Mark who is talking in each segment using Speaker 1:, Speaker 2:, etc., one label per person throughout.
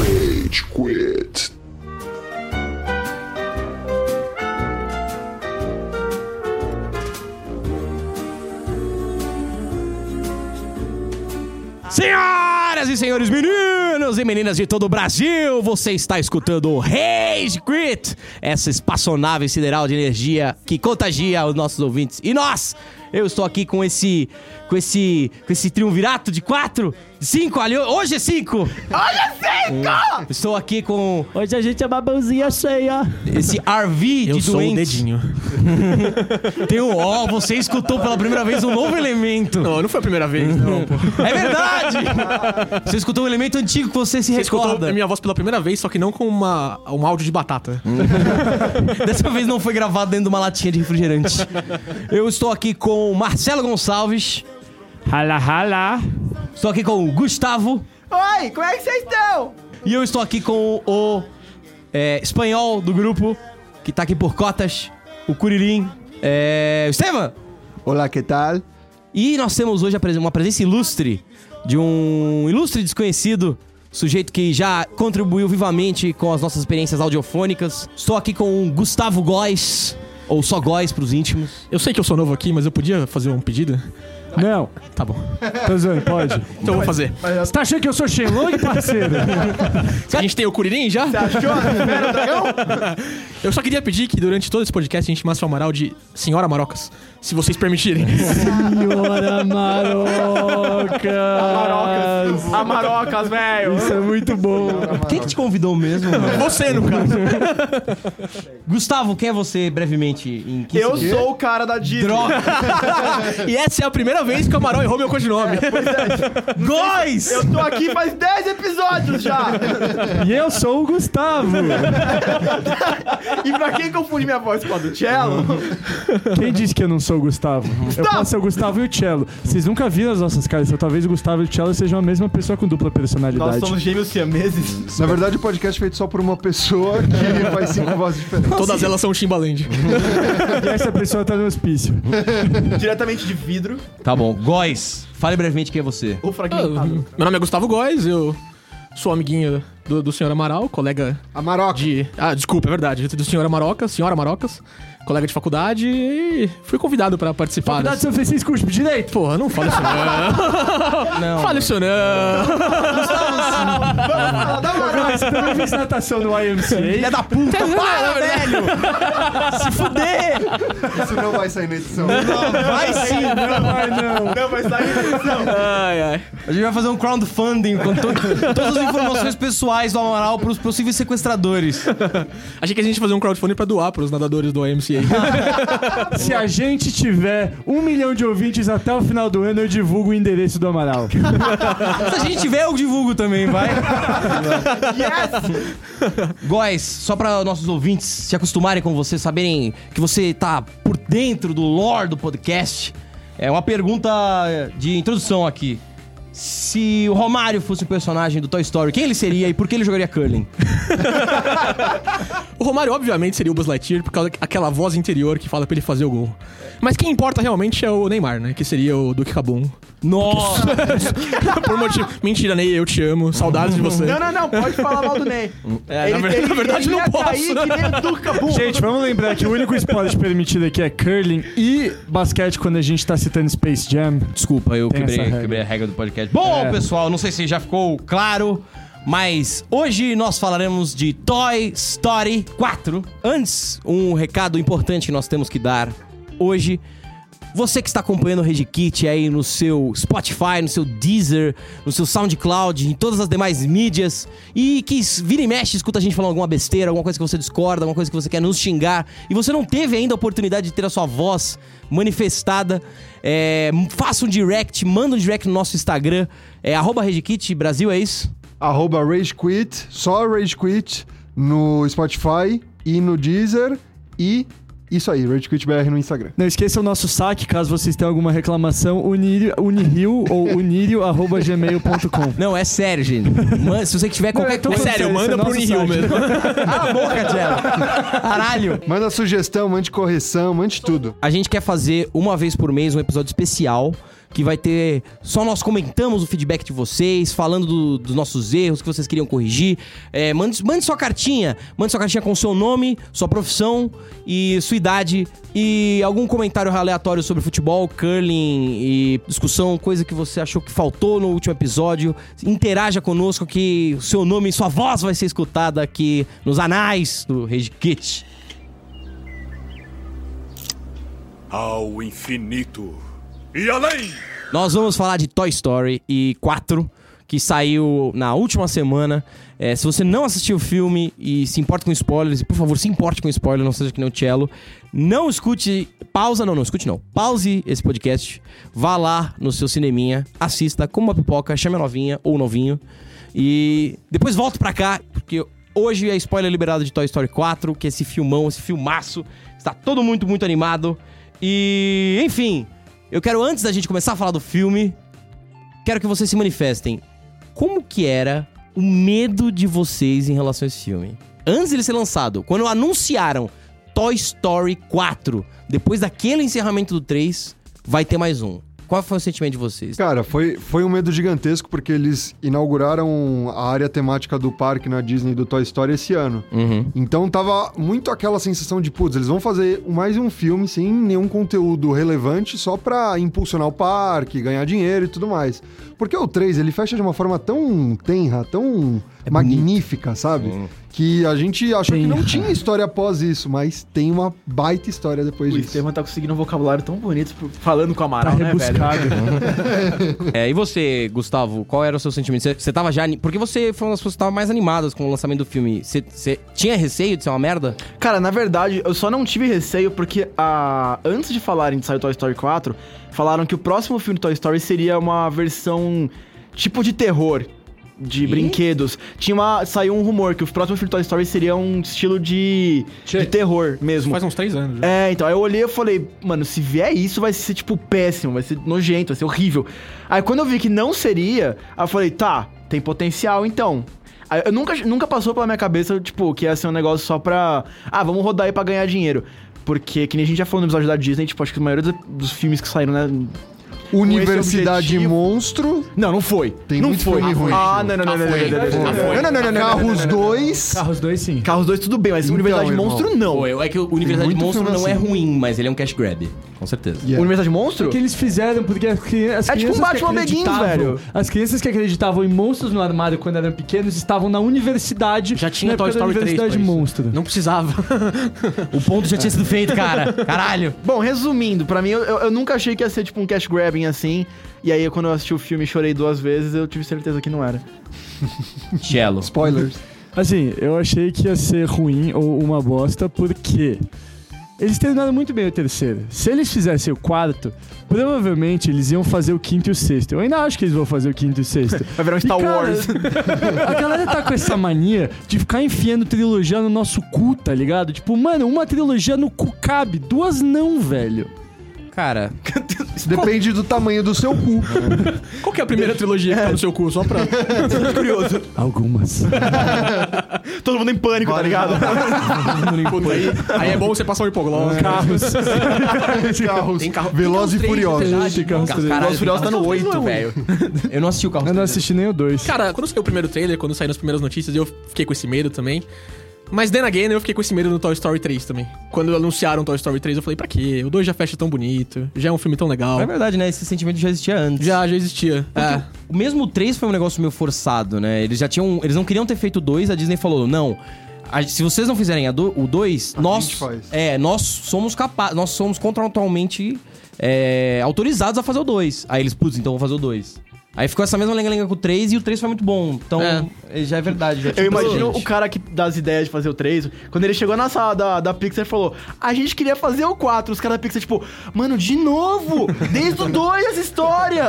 Speaker 1: Rage Quit.
Speaker 2: Senhoras e senhores, meninos e meninas de todo o Brasil, você está escutando o Rage Quit, essa espaçonave sideral de energia que contagia os nossos ouvintes. E nós, eu estou aqui com esse com esse com esse triunvirato de quatro, cinco ali, hoje é cinco. Hoje é cinco. Estou aqui com
Speaker 3: Hoje a gente é babãozinha cheia.
Speaker 2: esse RV de
Speaker 4: Eu
Speaker 2: doente.
Speaker 4: sou o dedinho.
Speaker 2: Tem o ó, você escutou pela primeira vez um novo elemento.
Speaker 4: Não, não foi a primeira vez, não, pô.
Speaker 2: É verdade. Você escutou um elemento antigo que você se
Speaker 4: Você escutou
Speaker 2: recorda.
Speaker 4: a minha voz pela primeira vez, só que não com uma, um áudio de batata.
Speaker 2: Dessa vez não foi gravado dentro de uma latinha de refrigerante. Eu estou aqui com o Marcelo Gonçalves.
Speaker 3: Rala, rala.
Speaker 2: Estou aqui com o Gustavo.
Speaker 5: Oi, como é que vocês estão?
Speaker 2: E eu estou aqui com o é, espanhol do grupo, que tá aqui por cotas, o Curirim. É, Esteban!
Speaker 5: Olá, que tal?
Speaker 2: E nós temos hoje a presen- uma presença ilustre de um ilustre desconhecido, sujeito que já contribuiu vivamente com as nossas experiências audiofônicas. Estou aqui com o Gustavo Góes, ou só Góes pros íntimos.
Speaker 4: Eu sei que eu sou novo aqui, mas eu podia fazer um pedido?
Speaker 3: Não,
Speaker 4: Tá bom.
Speaker 3: tô zoando, pode.
Speaker 4: Então eu vou fazer.
Speaker 3: Você tá achando que eu sou Shenlong, parceiro?
Speaker 4: A gente tem o Curirim já?
Speaker 5: Achou a esfera do dragão?
Speaker 4: Eu só queria pedir que durante todo esse podcast a gente chamasse o Amaral de Senhora Marocas, se vocês permitirem.
Speaker 3: Senhora Marocas.
Speaker 5: Amarocas, velho.
Speaker 3: Isso é muito bom.
Speaker 2: Quem que te convidou mesmo?
Speaker 4: Você, no caso.
Speaker 2: Gustavo, quem é você brevemente? Em que
Speaker 5: Eu
Speaker 2: segundos?
Speaker 5: sou o cara da Disney.
Speaker 2: Droga!
Speaker 4: E essa é a primeira vez que o Amaral errou meu codinome.
Speaker 2: É, Góes!
Speaker 5: Eu tô aqui faz 10 episódios já.
Speaker 3: E eu sou o Gustavo.
Speaker 5: E pra quem confunde minha voz com a do cello,
Speaker 3: Quem disse que eu não sou o Gustavo? Eu posso ser o Gustavo e o Cello. Vocês nunca viram as nossas caras, então talvez o Gustavo e o Cello sejam a mesma pessoa com dupla
Speaker 5: nós
Speaker 3: personalidade.
Speaker 5: somos gêmeos siameses.
Speaker 6: Na verdade, o podcast é feito só por uma pessoa que faz cinco vozes diferentes.
Speaker 4: Todas elas são Timbaland.
Speaker 3: E essa pessoa tá no hospício.
Speaker 5: Diretamente de vidro
Speaker 2: Tá bom, Góes, fale brevemente quem é você.
Speaker 5: ou
Speaker 4: Ah,
Speaker 5: fragmentado.
Speaker 4: Meu nome é Gustavo Góes, eu sou amiguinho do, do senhor Amaral, colega
Speaker 6: A Maroca.
Speaker 4: de. Ah, desculpa, é verdade. Do senhor Marocas, senhora Marocas, colega de faculdade e fui convidado pra participar.
Speaker 3: Faculdade de tá São Francisco, USP, direito.
Speaker 4: Porra, não fala isso não.
Speaker 2: Não.
Speaker 4: fala isso não.
Speaker 3: Ah, você também fez natação no IMCA?
Speaker 2: da puta,
Speaker 3: Tá né?
Speaker 2: para, velho! Se fuder!
Speaker 6: Isso não vai sair na edição.
Speaker 2: Vai sim!
Speaker 3: Ai, não.
Speaker 5: Não, mas sair da edição.
Speaker 4: Ai, ai.
Speaker 2: A gente vai fazer um crowdfunding com to- todas as informações pessoais do Amaral pros possíveis sequestradores.
Speaker 4: Achei que a gente ia fazer um crowdfunding pra doar pros nadadores do AMCA.
Speaker 3: Se a gente tiver um milhão de ouvintes até o final do ano, eu divulgo o endereço do Amaral.
Speaker 2: Se a gente tiver, eu divulgo também, vai.
Speaker 5: Yes!
Speaker 2: Góis, só pra nossos ouvintes se acostumarem com você, saberem que você tá por dentro do lore do podcast, é uma pergunta de introdução aqui. Se o Romário fosse um personagem do Toy Story, quem ele seria e por que ele jogaria curling?
Speaker 4: o Romário, obviamente, seria o Buzz Lightyear por causa daquela voz interior que fala pra ele fazer o gol. Mas quem importa realmente é o Neymar, né? Que seria o Duke Cabum.
Speaker 2: Nossa!
Speaker 4: Por motivo. Mentira, Ney, eu te amo. Saudades de você.
Speaker 5: Não, não, não, pode falar mal do Ney.
Speaker 4: É, na, ver- na verdade,
Speaker 5: ele
Speaker 4: não
Speaker 5: ia
Speaker 4: posso.
Speaker 5: cair que nem um o Duca Boom.
Speaker 3: Gente, vamos lembrar que o único esporte permitido aqui é curling e basquete quando a gente tá citando Space Jam.
Speaker 2: Desculpa, eu
Speaker 3: Tem
Speaker 2: quebrei,
Speaker 3: essa regra.
Speaker 2: quebrei a regra do podcast. Bom,
Speaker 3: É.
Speaker 2: pessoal, não sei se já ficou claro, mas hoje nós falaremos de Toy Story 4. Antes, um recado importante que nós temos que dar hoje. Você que está acompanhando o Rede Kit aí no seu Spotify, no seu Deezer, no seu SoundCloud, em todas as demais mídias e que s- vira e mexe, escuta a gente falando alguma besteira, alguma coisa que você discorda, alguma coisa que você quer nos xingar e você não teve ainda a oportunidade de ter a sua voz manifestada, é, m- faça um direct, manda um direct no nosso Instagram, é arroba Rede Kit Brasil, é isso?
Speaker 6: Arroba Rage Quit, só Rage Quit no Spotify e no Deezer e isso aí, Rage Quit BR no Instagram.
Speaker 3: Não esqueça o nosso saque, caso vocês tenham alguma reclamação, unirio, unirio ou unirio.gmail.com.
Speaker 2: Não, é sério, gente. Man- se você tiver qualquer
Speaker 3: tô
Speaker 2: coisa...
Speaker 3: falando
Speaker 4: Sério,
Speaker 3: Esse é
Speaker 4: manda pro
Speaker 3: nosso
Speaker 4: Unihil
Speaker 3: site.
Speaker 4: mesmo.
Speaker 2: Cala a boca, Tiago. Caralho.
Speaker 6: Manda sugestão, mande correção, mande tudo.
Speaker 2: A gente quer fazer uma vez por mês um episódio especial que vai ter. Só nós comentamos o feedback de vocês, falando do- dos nossos erros que vocês queriam corrigir. É, mande, mande sua cartinha. Mande sua cartinha com seu nome, sua profissão e sua idade. E algum comentário aleatório sobre futebol, curling e discussão, coisa que você achou que faltou no último episódio. Interaja conosco que o seu nome e sua voz vai ser escutada aqui nos anais do Rage Kit.
Speaker 1: ao infinito e além.
Speaker 2: Nós vamos falar de Toy Story e 4, que saiu na última semana. É, se você não assistiu o filme e se importa com spoilers, e por favor, se importe com spoiler, não seja que nem o Cello. Não escute. Pausa, não, não escute não. Pause esse podcast. Vá lá no seu cineminha, assista, coma uma pipoca, chame a novinha ou o novinho. E depois volta pra cá, porque hoje é spoiler liberado de Toy Story 4, que é esse filmão, esse filmaço. Está todo muito, muito animado. E, enfim, eu quero, antes da gente começar a falar do filme, quero que vocês se manifestem. Como que era o medo de vocês em relação a esse filme? Antes dele ser lançado, quando anunciaram Toy Story 4, depois daquele encerramento do 3, vai ter mais um. Qual foi o sentimento de vocês?
Speaker 6: Cara, foi, foi um medo gigantesco porque eles inauguraram a área temática do parque na Disney do Toy Story esse ano.
Speaker 5: Uhum.
Speaker 6: Então tava muito aquela sensação de, putz, eles vão fazer mais um filme sem nenhum conteúdo relevante só pra impulsionar o parque, ganhar dinheiro e tudo mais. Porque o 3, ele fecha de uma forma tão tenra,
Speaker 5: É
Speaker 6: tão magnífica, sabe? Que a gente achou que não tinha história após isso, mas tem uma baita história depois
Speaker 5: O
Speaker 6: disso.
Speaker 5: Estevam tá conseguindo um vocabulário tão bonito por- falando com o
Speaker 3: Tá
Speaker 5: Amaral, né, velho?
Speaker 3: rebuscado.
Speaker 2: É, e você, Gustavo, qual era o seu sentimento? Você- Você tava já. ani- Porque você foi uma das pessoas que tava mais animadas com o lançamento do filme. Você- Você tinha receio de ser uma merda?
Speaker 5: Cara, na verdade, eu só não tive receio porque a... antes de falarem de sair Toy Story 4, falaram que o próximo filme do Toy Story seria uma versão tipo de terror de brinquedos. Tinha uma saiu um rumor que o próximo filme do Toy Story seria um estilo de, de terror mesmo.
Speaker 4: Faz uns três anos. já.
Speaker 5: É, então, aí eu olhei e falei, mano, se vier isso vai ser, tipo, péssimo, vai ser nojento, vai ser horrível. Aí quando eu vi que não seria, aí eu falei, tá, tem potencial então. Aí eu nunca, nunca passou pela minha cabeça, tipo, que ia ser um negócio só pra. Ah, vamos rodar aí pra ganhar dinheiro. Porque, que nem a gente já falou no episódio da Disney, tipo, acho que a maioria dos, dos filmes que saíram, né?
Speaker 6: Universidade
Speaker 5: objetivo-
Speaker 6: Monstro,
Speaker 5: Não, não foi.
Speaker 6: Tem
Speaker 5: não
Speaker 6: muito
Speaker 5: foi.
Speaker 6: filme ruim.
Speaker 5: Ah, não, não, não, não, não, não, não, não, não, não, não, não, não, não, não, não.
Speaker 6: Carros 2.
Speaker 3: Carros dois sim.
Speaker 5: Carros 2 tudo bem, mas
Speaker 6: Então,
Speaker 5: Universidade
Speaker 6: irmão.
Speaker 5: Monstro não.
Speaker 2: Pô, eu- é que o Universidade
Speaker 6: muito
Speaker 2: Monstro
Speaker 6: filme
Speaker 2: não é
Speaker 6: assim.
Speaker 2: ruim, mas ele é um cash grab. Com certeza.
Speaker 6: Yeah.
Speaker 5: Universidade Monstro?
Speaker 3: que eles fizeram, porque as crianças.
Speaker 5: É tipo um
Speaker 3: crianças que
Speaker 5: Batman Begins,
Speaker 3: acreditavam-
Speaker 5: velho.
Speaker 3: As crianças que acreditavam em monstros no armário quando eram pequenos estavam na universidade.
Speaker 4: Já tinha
Speaker 3: na
Speaker 4: Toy
Speaker 3: época da
Speaker 4: Story 3 pra
Speaker 3: Universidade
Speaker 4: isso.
Speaker 3: Monstro.
Speaker 4: Não precisava.
Speaker 2: O ponto já tinha sido feito, cara. Caralho.
Speaker 5: Bom, resumindo, pra mim, eu, eu- eu nunca achei que ia ser tipo um cash grabbing assim. E aí, quando eu assisti o filme e chorei duas vezes, eu tive certeza que não era.
Speaker 2: Cello.
Speaker 6: Spoilers.
Speaker 3: Assim, eu achei que ia ser ruim ou uma bosta, porque eles terminaram muito bem o terceiro. Se eles fizessem o quarto, provavelmente eles iam fazer o quinto e o sexto. Eu ainda acho que eles vão fazer o quinto e o sexto.
Speaker 5: Vai virar um Star
Speaker 3: E, cara,
Speaker 5: Wars.
Speaker 3: A galera tá com essa mania de ficar enfiando trilogia no nosso cu, tá ligado? Tipo, mano, uma trilogia no cu cabe, duas não, velho.
Speaker 2: Cara,
Speaker 6: Depende do tamanho do seu cu.
Speaker 4: Qual que é a primeira trilogia que tá no seu cu? Só pra.
Speaker 5: curioso.
Speaker 3: Algumas.
Speaker 5: Todo mundo em pânico, tá ligado?
Speaker 4: Puta, aí, Ah, aí é bom você passar o hipoglós.
Speaker 3: Carros.
Speaker 6: carros.
Speaker 4: Tem carro-
Speaker 6: Velozes e
Speaker 4: tem carros três,
Speaker 6: Furiosos.
Speaker 4: na verdade.
Speaker 3: Esse Carros três.
Speaker 2: Caralho,
Speaker 5: Velozes e Furiosos tá no
Speaker 2: Carros três não é
Speaker 5: 8,
Speaker 2: ruim. eu não assisti o carro.
Speaker 3: Eu não assisti nem o dois.
Speaker 4: Cara, quando saiu o primeiro trailer, quando saíram as primeiras notícias, eu fiquei com esse medo também. Mas then again, eu fiquei com esse medo no Toy Story 3 também. Quando anunciaram Toy Story 3, eu falei, pra quê? O 2 já fecha tão bonito, já é um filme tão legal.
Speaker 2: É verdade, né? Esse sentimento já existia antes.
Speaker 4: Já, já existia. É.
Speaker 2: O mesmo 3 foi um negócio meio forçado, né? Eles já tinham. Eles não queriam ter feito o 2, a Disney falou: não. a- se vocês não fizerem a do- o 2, nós.
Speaker 6: gente faz.
Speaker 2: É, nós somos capazes. Nós somos contratualmente é, autorizados a fazer o 2. Aí eles, putz, então vou fazer o 2. Aí ficou essa mesma lenga-lenga com o 3 e o 3 foi muito bom. Então,
Speaker 4: É.
Speaker 2: já é verdade. Já
Speaker 5: Eu
Speaker 2: tinha
Speaker 5: imagino
Speaker 2: presente.
Speaker 5: o cara que dá as ideias de fazer o 3. Quando ele chegou na sala da, da Pixar, ele falou: A gente queria fazer o 4. Os caras da Pixar, tipo, mano, de novo? Desde o 2 essa história!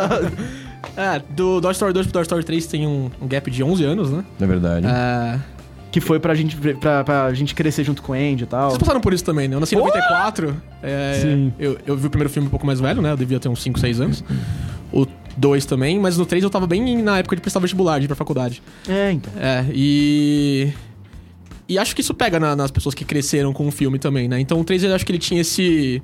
Speaker 4: É, do Toy Story 2 pro Toy Story 3 tem um, um gap de 11 anos, né?
Speaker 2: É verdade.
Speaker 4: É.
Speaker 5: Que foi pra gente, pra, pra gente crescer junto com o Andy e tal.
Speaker 4: Vocês passaram por isso também, né? Eu nasci em 94. é,
Speaker 3: Sim.
Speaker 4: Eu, eu vi o primeiro filme um pouco mais velho, né? Eu devia ter uns 5, 6 anos. O 2 também, mas no 3 eu tava bem na época de prestar vestibular, de ir pra faculdade.
Speaker 5: É, então.
Speaker 4: É, e. E acho que isso pega na- nas pessoas que cresceram com o filme também, né? Então o 3 eu acho que ele tinha esse.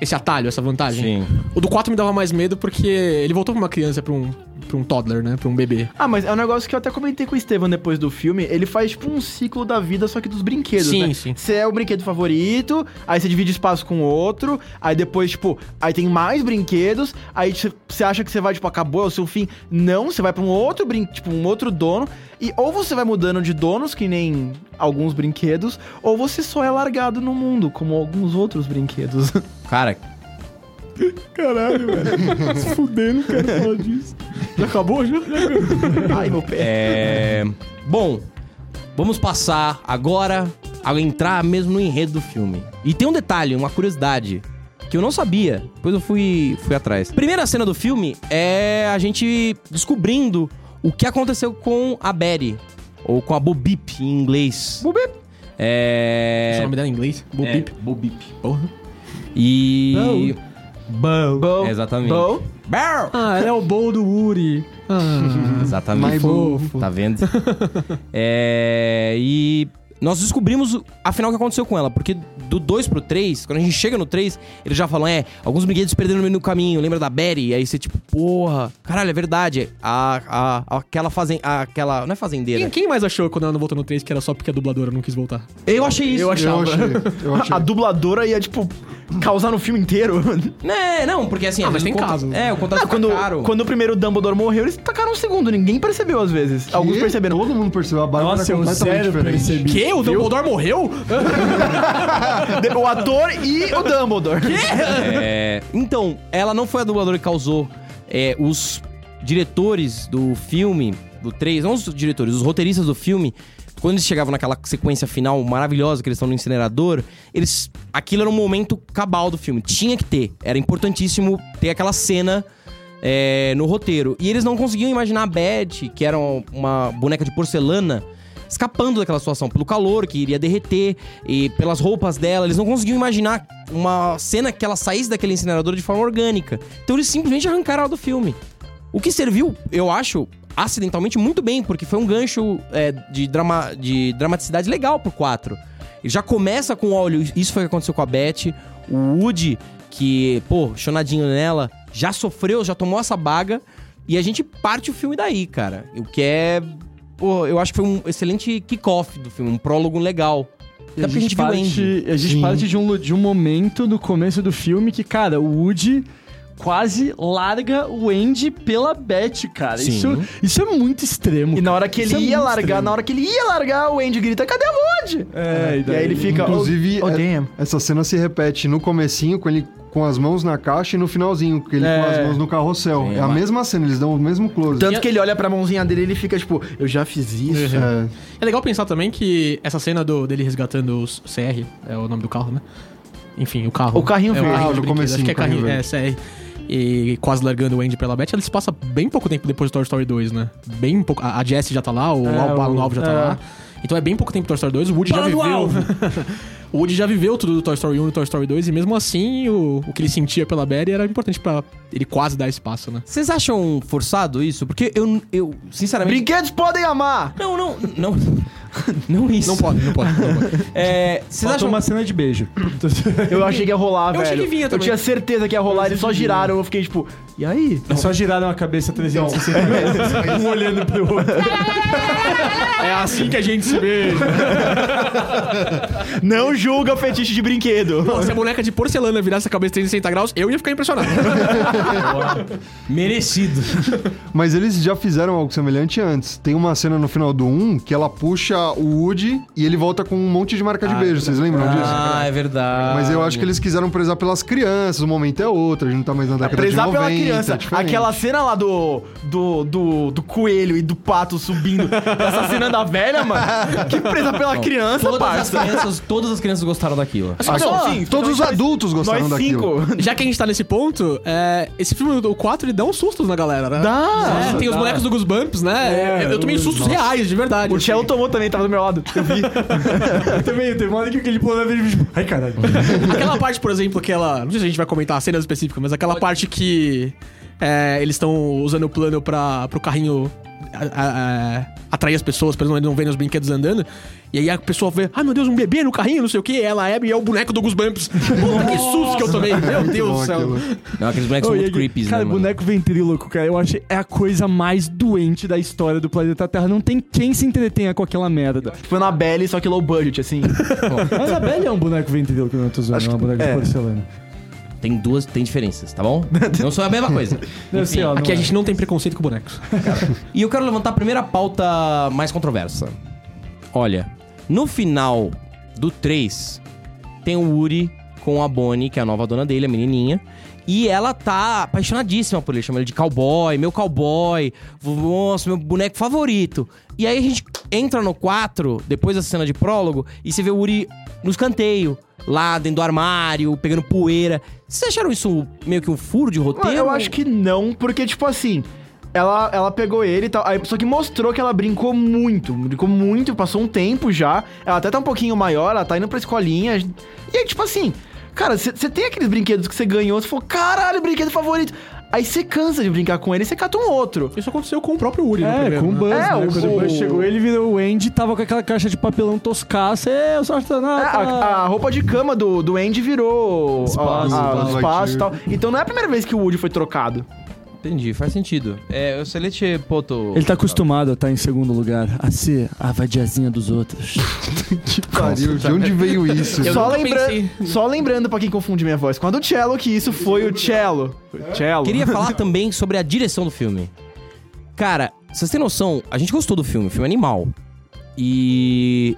Speaker 4: esse atalho, essa vantagem.
Speaker 2: Sim.
Speaker 4: O do 4 me dava mais medo porque ele voltou pra uma criança, pra um, pra um toddler, né? Pra um bebê.
Speaker 5: Ah, mas é um negócio que eu até comentei com o Estevam depois do filme. Ele faz tipo um ciclo da vida, só que dos brinquedos,
Speaker 4: Sim,
Speaker 5: né?
Speaker 4: sim.
Speaker 5: Você é o brinquedo favorito, aí você divide espaço com outro, aí depois, tipo, aí tem mais brinquedos, aí você- você acha que você vai, tipo, acabou, é o seu fim. Não, você vai pra um outro brinquedo, tipo, um outro dono, e ou você vai mudando de donos, que nem alguns brinquedos, ou você só é largado no mundo, como alguns outros brinquedos.
Speaker 2: Cara,
Speaker 3: Fudendo, cara, falar disso.
Speaker 5: Já acabou, já? Ai, meu pé.
Speaker 2: é. Bom, vamos passar agora a entrar mesmo no enredo do filme. E tem um detalhe, uma curiosidade. Que eu não sabia, depois eu fui, fui atrás. Primeira cena do filme é a gente descobrindo o que aconteceu com a Betty. Ou com a Bobip em inglês. Bobip?
Speaker 4: É. o
Speaker 2: É.
Speaker 4: nome dela em inglês? Bobip.
Speaker 2: Bobip. Bobip. E. Bow.
Speaker 5: Bow.
Speaker 2: Exatamente.
Speaker 5: Bow.
Speaker 2: Barrel.
Speaker 4: Ah, ela é o Bow do Uri. Ah.
Speaker 2: Exatamente.
Speaker 6: My fofo.
Speaker 2: Tá vendo? é, e nós descobrimos, afinal, o que aconteceu com ela. Porque do 2 pro 3, quando a gente chega no 3, eles já falam, é, alguns brinquedos se perderam no meio do caminho, lembra da Betty? E aí você, tipo, porra, caralho, é verdade. A, a, aquela fazen... a- aquela... não é
Speaker 4: Quem,
Speaker 2: fazendeira.
Speaker 4: quem mais achou quando ela não voltou no 3 que era só porque a dubladora não quis voltar?
Speaker 2: Eu achei isso.
Speaker 4: Eu achava.
Speaker 6: Eu achei, eu achei.
Speaker 5: A dubladora ia, tipo, causar no filme inteiro.
Speaker 2: Né, não, porque assim...
Speaker 4: Ah,
Speaker 2: às
Speaker 4: mas
Speaker 2: vezes
Speaker 4: tem
Speaker 2: o contra-
Speaker 4: casos.
Speaker 2: É, o contrato
Speaker 5: Ah,
Speaker 2: tá
Speaker 5: quando,
Speaker 2: caro.
Speaker 5: quando o primeiro Dumbledore morreu, eles tacaram o segundo. Ninguém percebeu, às vezes. Alguns
Speaker 6: E
Speaker 5: perceberam.
Speaker 6: Todo mundo percebeu. A Bárbara
Speaker 3: Nossa,
Speaker 6: é
Speaker 3: eu
Speaker 6: completamente
Speaker 3: zero
Speaker 6: diferente.
Speaker 3: percebi.
Speaker 4: Que? O Dumbledore morreu?
Speaker 5: De- O ator e o Dumbledore.
Speaker 2: É, então, ela não foi a dubladora que causou. é, os diretores do filme, do 3, não os diretores, os roteiristas do filme, quando eles chegavam naquela sequência final maravilhosa que eles estão no incinerador, eles. Aquilo era um momento cabal do filme. Tinha que ter. Era importantíssimo ter aquela cena. é, no roteiro. E eles não conseguiam imaginar a Beth, que era uma boneca de porcelana, escapando daquela situação, pelo calor que iria derreter e pelas roupas dela. Eles não conseguiam imaginar uma cena que ela saísse daquele incinerador de forma orgânica. Então eles simplesmente arrancaram ela do filme. O que serviu, eu acho, acidentalmente muito bem, porque foi um gancho é, de, drama, de dramaticidade legal pro 4. Ele já começa com, olha, isso foi o que aconteceu com a Beth, o Woody, que, pô, chonadinho nela, já sofreu, já tomou essa baga, e a gente parte o filme daí, cara. O que é Pô, eu acho que foi um excelente kickoff do filme, um prólogo legal. Até porque a gente viu o Andy.
Speaker 3: parte, a gente parte de um, lu- de um momento no começo do filme que, cara, o Woody quase larga o Andy pela Beth, cara.
Speaker 2: Sim.
Speaker 3: Isso, isso é muito extremo.
Speaker 5: E na hora que ele
Speaker 3: Isso é
Speaker 5: ia
Speaker 3: muito
Speaker 5: largar,
Speaker 3: estranho.
Speaker 5: na hora que ele ia largar, o Andy grita, cadê o Woody?
Speaker 3: É, e
Speaker 5: e aí
Speaker 3: daí-
Speaker 5: ele fica...
Speaker 6: Inclusive,
Speaker 5: oh, oh,
Speaker 6: é-
Speaker 5: damn.
Speaker 6: Essa cena se repete no comecinho, com ele com as mãos na caixa, e no finalzinho, com ele com as mãos no carrossel. é a mesma cena, eles dão o mesmo close.
Speaker 5: Tanto que ele olha pra mãozinha dele e ele fica, tipo, eu já fiz isso.
Speaker 3: Uhum.
Speaker 6: É.
Speaker 4: É legal pensar também que essa cena do, dele resgatando os o CR, é o nome do carro, né? Enfim, o carro.
Speaker 5: O carrinho
Speaker 4: é
Speaker 5: verde.
Speaker 4: carrinho
Speaker 6: Ah,
Speaker 4: de
Speaker 6: no
Speaker 4: brinquedo,
Speaker 6: comecinho,
Speaker 4: Acho que é
Speaker 6: carrinho
Speaker 4: carrinho, é, CR. E quase largando o Andy pela Beth, ela se passa bem pouco tempo depois do Toy Story 2, né? Bem pouco. A a Jessie já tá lá, o
Speaker 3: É,
Speaker 4: Al- Alan
Speaker 3: o-
Speaker 4: Alves já tá
Speaker 3: é.
Speaker 4: lá. Então é bem pouco tempo do Toy Story 2, o Woody já
Speaker 2: Alan
Speaker 4: viveu.
Speaker 2: Alves!
Speaker 4: o Woody já viveu tudo do Toy Story 1 e do Toy Story 2, e mesmo assim o, o que ele sentia pela Betty era importante pra ele quase dar esse passo, né?
Speaker 2: Vocês acham forçado isso? Porque eu, eu sinceramente.
Speaker 5: Brinquedos podem amar!
Speaker 2: Não, não, não. Não isso.
Speaker 4: Não pode, não pode, não pode.
Speaker 2: É, vocês
Speaker 3: Faltou
Speaker 2: acham.
Speaker 3: uma cena de beijo.
Speaker 5: Eu achei que ia rolar,
Speaker 4: Eu
Speaker 5: velho.
Speaker 4: achei que vinha
Speaker 5: Eu
Speaker 4: também.
Speaker 5: tinha certeza que ia rolar, eles só giraram. Eu fiquei, tipo, e aí?
Speaker 3: É Só giraram a cabeça 360 vezes, um olhando pro outro.
Speaker 4: É assim que a gente se vê.
Speaker 5: Não julga o fetiche de brinquedo.
Speaker 4: Pô, se a boneca de porcelana virasse a cabeça 360 graus, eu ia ficar impressionado.
Speaker 2: Merecido.
Speaker 6: Mas eles já fizeram algo semelhante antes. Tem uma cena no final do 1 que ela puxa o Woody e ele volta com um monte de marca
Speaker 5: Ah,
Speaker 6: de beijo. Vocês lembram disso?
Speaker 2: Ah, é verdade.
Speaker 6: Mas eu acho que eles quiseram prezar pelas crianças, o momento é outro, a gente não tá mais na década de 90.
Speaker 5: Prezar pela criança.
Speaker 6: é diferente.
Speaker 5: Aquela cena lá do, do, do, do coelho e do pato subindo. Essa cena da velha, mano. Que presa pela criança,
Speaker 2: Todas as,
Speaker 5: parça.
Speaker 2: crianças, todas as crianças gostaram daquilo.
Speaker 6: Ah,
Speaker 5: Não, sim,
Speaker 6: todos os
Speaker 5: nós-
Speaker 6: adultos gostaram
Speaker 5: então, Nós
Speaker 6: daquilo.
Speaker 5: cinco.
Speaker 4: Já que a gente tá nesse ponto, é, esse filme do 4 ele dá uns sustos na galera, né?
Speaker 5: Dá.
Speaker 4: É, tem os
Speaker 3: dá.
Speaker 4: bonecos do Goosebumps, né?
Speaker 3: É,
Speaker 4: eu, eu tomei sustos reais, de verdade.
Speaker 5: O Chelo tomou também, tava do meu lado. Eu vi.
Speaker 3: Eu também, teve uma hora que aquele pulando ele. Ai, caralho.
Speaker 4: Aquela parte, por exemplo, que ela. Não sei se a gente vai comentar a cena específica, mas aquela parte que. é, eles estão usando o plano pra, pro carrinho a- a- atrair as pessoas pra eles não verem os brinquedos andando. E aí a pessoa vê, ai meu Deus, um bebê no carrinho, não sei o que. Ela abre e é o boneco do Goosebumps. Puta, que susto que eu tomei. Meu Deus
Speaker 6: bom
Speaker 4: do céu.
Speaker 6: aquilo.
Speaker 2: Não, aqueles bonecos
Speaker 3: Ô,
Speaker 2: são
Speaker 3: e
Speaker 2: muito
Speaker 3: aqui-
Speaker 2: creepies,
Speaker 3: cara,
Speaker 2: né, mano?
Speaker 3: boneco ventríloco, cara, eu acho é a coisa mais doente da história do planeta Terra. Não tem quem se entretenha com aquela merda.
Speaker 5: Foi na Belly, só que low budget, assim.
Speaker 3: A Annabelle é um boneco ventríloco, não, tô zoando, é um boneco
Speaker 5: é.
Speaker 3: de porcelana.
Speaker 2: Tem duas, tem diferenças, tá bom? Não são a mesma coisa.
Speaker 3: Eu sei, ó, não
Speaker 4: Aqui a
Speaker 3: é.
Speaker 4: gente não tem preconceito com bonecos.
Speaker 2: E eu quero levantar a primeira pauta mais controversa. Olha, no final do 3, tem o Uri com a Bonnie, que é a nova dona dele, a menininha. E ela tá apaixonadíssima por ele, chama ele de cowboy, meu cowboy, nossa, meu boneco favorito. E aí a gente entra no 4, depois da cena de prólogo, e você vê o Uri no escanteio, lá dentro do armário, pegando poeira. Vocês acharam isso meio que um furo de roteiro?
Speaker 5: Mano, eu acho que não, porque, tipo assim, ela, ela pegou ele e tal. Aí, só que mostrou que ela brincou muito. Brincou muito, passou um tempo já. Ela até tá um pouquinho maior, ela tá indo pra escolinha. E aí, tipo assim, cara, você tem aqueles brinquedos que você ganhou, você falou, caralho, brinquedo favorito. Aí você cansa de brincar com ele e você cata um outro.
Speaker 4: Isso aconteceu com o próprio Uri no
Speaker 3: É,
Speaker 4: primeiro,
Speaker 3: com o
Speaker 4: né?
Speaker 3: Buzz,
Speaker 5: É,
Speaker 3: né?
Speaker 5: o-
Speaker 3: Quando o Buzz chegou, ele virou o Andy, tava com aquela caixa de papelão toscaça. É, eu sou
Speaker 5: É,
Speaker 3: astronauta.
Speaker 5: a, a roupa de cama do, do Andy virou
Speaker 3: Espaço,
Speaker 5: a- a-
Speaker 6: né?
Speaker 5: espaço e tal. Então não é a primeira vez que o Woody foi trocado.
Speaker 2: Entendi, faz sentido. É, o Celeste, pô, tô...
Speaker 3: Ele tá acostumado a estar em segundo lugar, a ser a vadiazinha dos outros.
Speaker 6: Pariu, de onde veio isso?
Speaker 4: Eu
Speaker 5: Só,
Speaker 4: nunca
Speaker 5: lembra...
Speaker 4: pensei.
Speaker 5: Só lembrando pra quem confunde minha voz, quando o cello, que isso foi o cello. O cello.
Speaker 2: Queria falar também sobre a direção do filme. Cara, vocês têm noção, a gente gostou do filme, o filme é animal. E.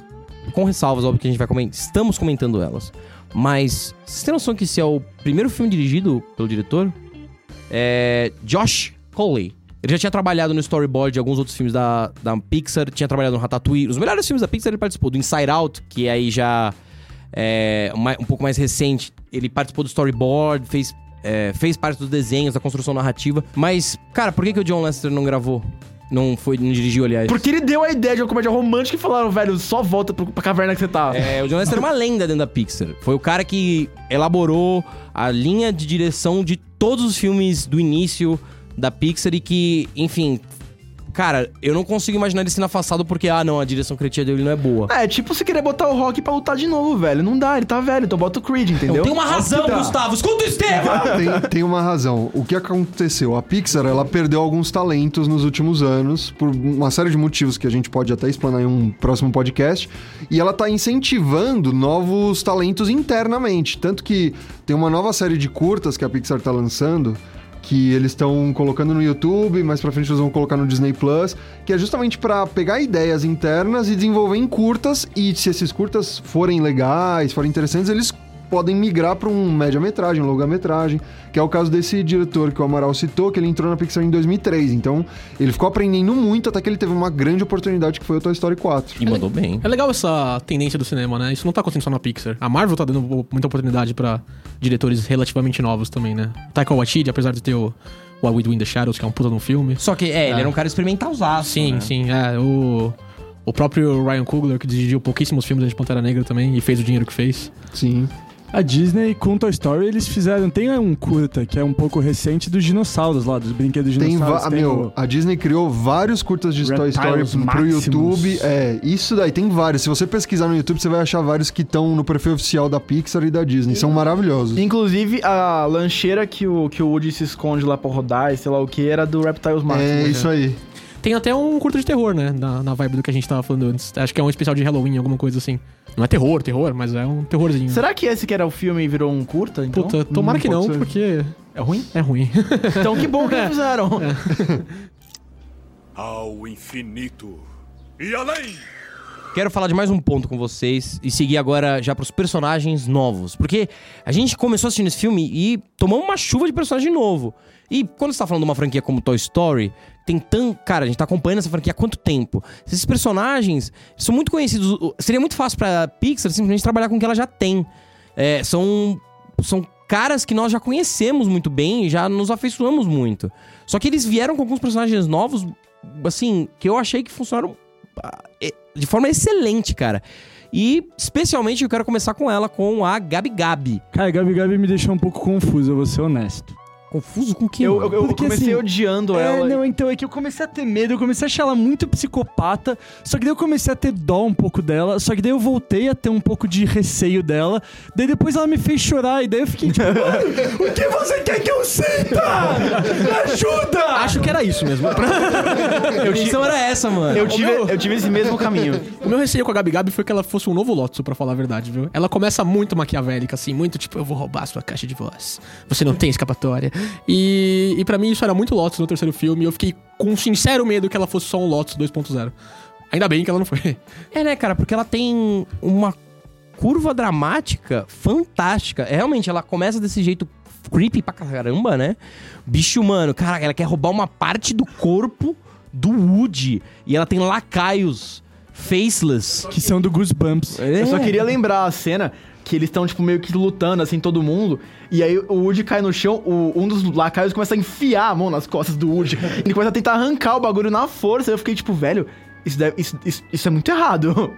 Speaker 2: Com ressalvas, óbvio que a gente vai comentar. Estamos comentando elas. Mas. Vocês têm noção que esse é o primeiro filme dirigido pelo diretor? É. Josh Coley. Ele já tinha trabalhado no storyboard de alguns outros filmes da, da Pixar, tinha trabalhado no Ratatouille. Os melhores filmes da Pixar ele participou, do Inside Out, que aí já é uma- um pouco mais recente. Ele participou do storyboard, fez, é, fez parte dos desenhos, da construção narrativa. Mas, cara, por que, que o John Lester não gravou? Não foi, não dirigiu, aliás.
Speaker 5: Porque ele deu a ideia de uma comédia romântica e falaram, velho, só volta pro, pra caverna que você tá.
Speaker 2: É, o John Lester é uma lenda dentro da Pixar. Foi o cara que elaborou a linha de direção de todos os filmes do início da Pixar e que, enfim. Cara, eu não consigo imaginar ele sendo afastado porque, ah, não, a direção criativa dele não é boa.
Speaker 5: É, tipo você querer botar o Rock pra lutar de novo, velho. Não dá, ele tá velho, então bota o Creed, entendeu?
Speaker 2: Tem uma razão,
Speaker 5: Óbvio que tá. dá.
Speaker 2: Gustavo. Escuta o Estevam!
Speaker 6: tem, tem uma razão. O que aconteceu? A Pixar, ela perdeu alguns talentos nos últimos anos, por uma série de motivos que a gente pode até explanar em um próximo podcast, e ela tá incentivando novos talentos internamente. Tanto que tem uma nova série de curtas que a Pixar tá lançando, que eles estão colocando no YouTube, mais pra frente eles vão colocar no Disney Plus, que é justamente pra pegar ideias internas e desenvolver em curtas, e se esses curtas forem legais, forem interessantes, eles podem migrar para um média-metragem, um longa-metragem, que é o caso desse diretor que o Amaral citou, que ele entrou na Pixar em 2003. Então, ele ficou aprendendo muito até que ele teve uma grande oportunidade que foi o Toy Story 4.
Speaker 2: E mandou bem.
Speaker 4: É legal essa tendência do cinema, né? Isso não tá acontecendo só na Pixar. A Marvel tá dando muita oportunidade pra diretores relativamente novos também, né? Taika Waititi, apesar de ter o What We Do in the Shadows, que é um puta de um filme.
Speaker 2: Só que, é, ele era um cara experimentalzaço.
Speaker 4: Sim,
Speaker 2: né?
Speaker 4: sim, é. O, o próprio Ryan Coogler, que dirigiu pouquíssimos filmes de Pantera Negra também e fez o dinheiro que fez.
Speaker 6: Sim.
Speaker 3: A Disney com Toy Story, eles fizeram. Tem um curta que é um pouco recente dos dinossauros lá, dos brinquedos
Speaker 6: Tem, va-
Speaker 3: dinossauros.
Speaker 6: meu, a Disney criou vários curtas de Toy Story
Speaker 3: Reptiles
Speaker 6: pro
Speaker 3: Maximus.
Speaker 6: YouTube. É, isso daí tem vários. Se você pesquisar no YouTube, você vai achar vários que estão no perfil oficial da Pixar e da Disney. São maravilhosos.
Speaker 5: Inclusive, a lancheira que o, que o Woody se esconde lá pra rodar e sei lá o que, era do Reptiles né? Max.
Speaker 6: É isso aí.
Speaker 4: Tem até um curto de terror, né? Na, na vibe do que a gente tava falando antes. Acho que é um especial de Halloween, alguma coisa assim. Não é terror, terror, mas é um terrorzinho.
Speaker 5: Será que esse que era o filme virou um curta, então?
Speaker 4: Puta, tomara que não,
Speaker 6: pode ser.
Speaker 4: porque
Speaker 5: É ruim?
Speaker 4: é ruim.
Speaker 5: Então que bom que eles fizeram.
Speaker 1: Ao infinito e além!
Speaker 2: Quero falar de mais um ponto com vocês e seguir agora já pros personagens novos. Porque a gente começou assistindo esse filme e tomou uma chuva de personagem novo. E quando você tá falando de uma franquia como Toy Story, tem tão. Cara, a gente tá acompanhando essa franquia há quanto tempo? Esses personagens são muito conhecidos. O- Seria muito fácil pra Pixar simplesmente trabalhar com o que ela já tem. É, são. São caras que nós já conhecemos muito bem e já nos afeiçoamos muito. Só que eles vieram com alguns personagens novos, assim, que eu achei que funcionaram ah, é, de forma excelente, cara. E especialmente eu quero começar com ela, com a Gabi Gabi.
Speaker 3: Cara, Gabi Gabi me deixou um pouco confuso, eu vou ser honesto.
Speaker 2: confuso com o que?
Speaker 5: Eu,
Speaker 2: mano?
Speaker 5: eu- eu
Speaker 3: Porque,
Speaker 5: comecei
Speaker 3: assim,
Speaker 5: odiando
Speaker 3: É,
Speaker 5: ela.
Speaker 3: não, então é que eu comecei a ter medo, eu comecei a achar ela muito psicopata, só que daí eu comecei a ter dó um pouco dela, só que daí eu voltei a ter um pouco de receio dela, daí depois ela me fez chorar, e daí eu fiquei tipo, "Mano, o que você quer que eu sinta? Me ajuda!
Speaker 4: Acho que era isso mesmo.
Speaker 2: A intenção era essa, mano.
Speaker 5: Eu tive, eu tive esse mesmo caminho.
Speaker 4: O meu receio com a Gabi Gabi foi que ela fosse um novo Lotso, pra falar a verdade, viu? Ela começa muito maquiavélica, assim, muito tipo, eu vou roubar sua caixa de voz. Você não tem escapatória. E, e para mim isso era muito Lotso no terceiro filme. E eu fiquei com um sincero medo que ela fosse só um Lotso 2.0. Ainda bem que ela não foi.
Speaker 2: É, né, cara? Porque ela tem uma curva dramática fantástica. É, Realmente, ela começa desse jeito creepy pra caramba, né? Bicho, mano, cara, ela quer roubar uma parte do corpo do Woody. E ela tem lacaios faceless.
Speaker 3: Que são do Goosebumps.
Speaker 5: Eu só queria lembrar a cena que eles estão, tipo, meio que lutando, assim, todo mundo. E aí o Woody cai no chão, o- um dos lacaios começa a enfiar a mão nas costas do Woody. Ele começa a tentar arrancar o bagulho na força. Eu fiquei, tipo, velho, isso, deve- isso, isso- isso é muito errado.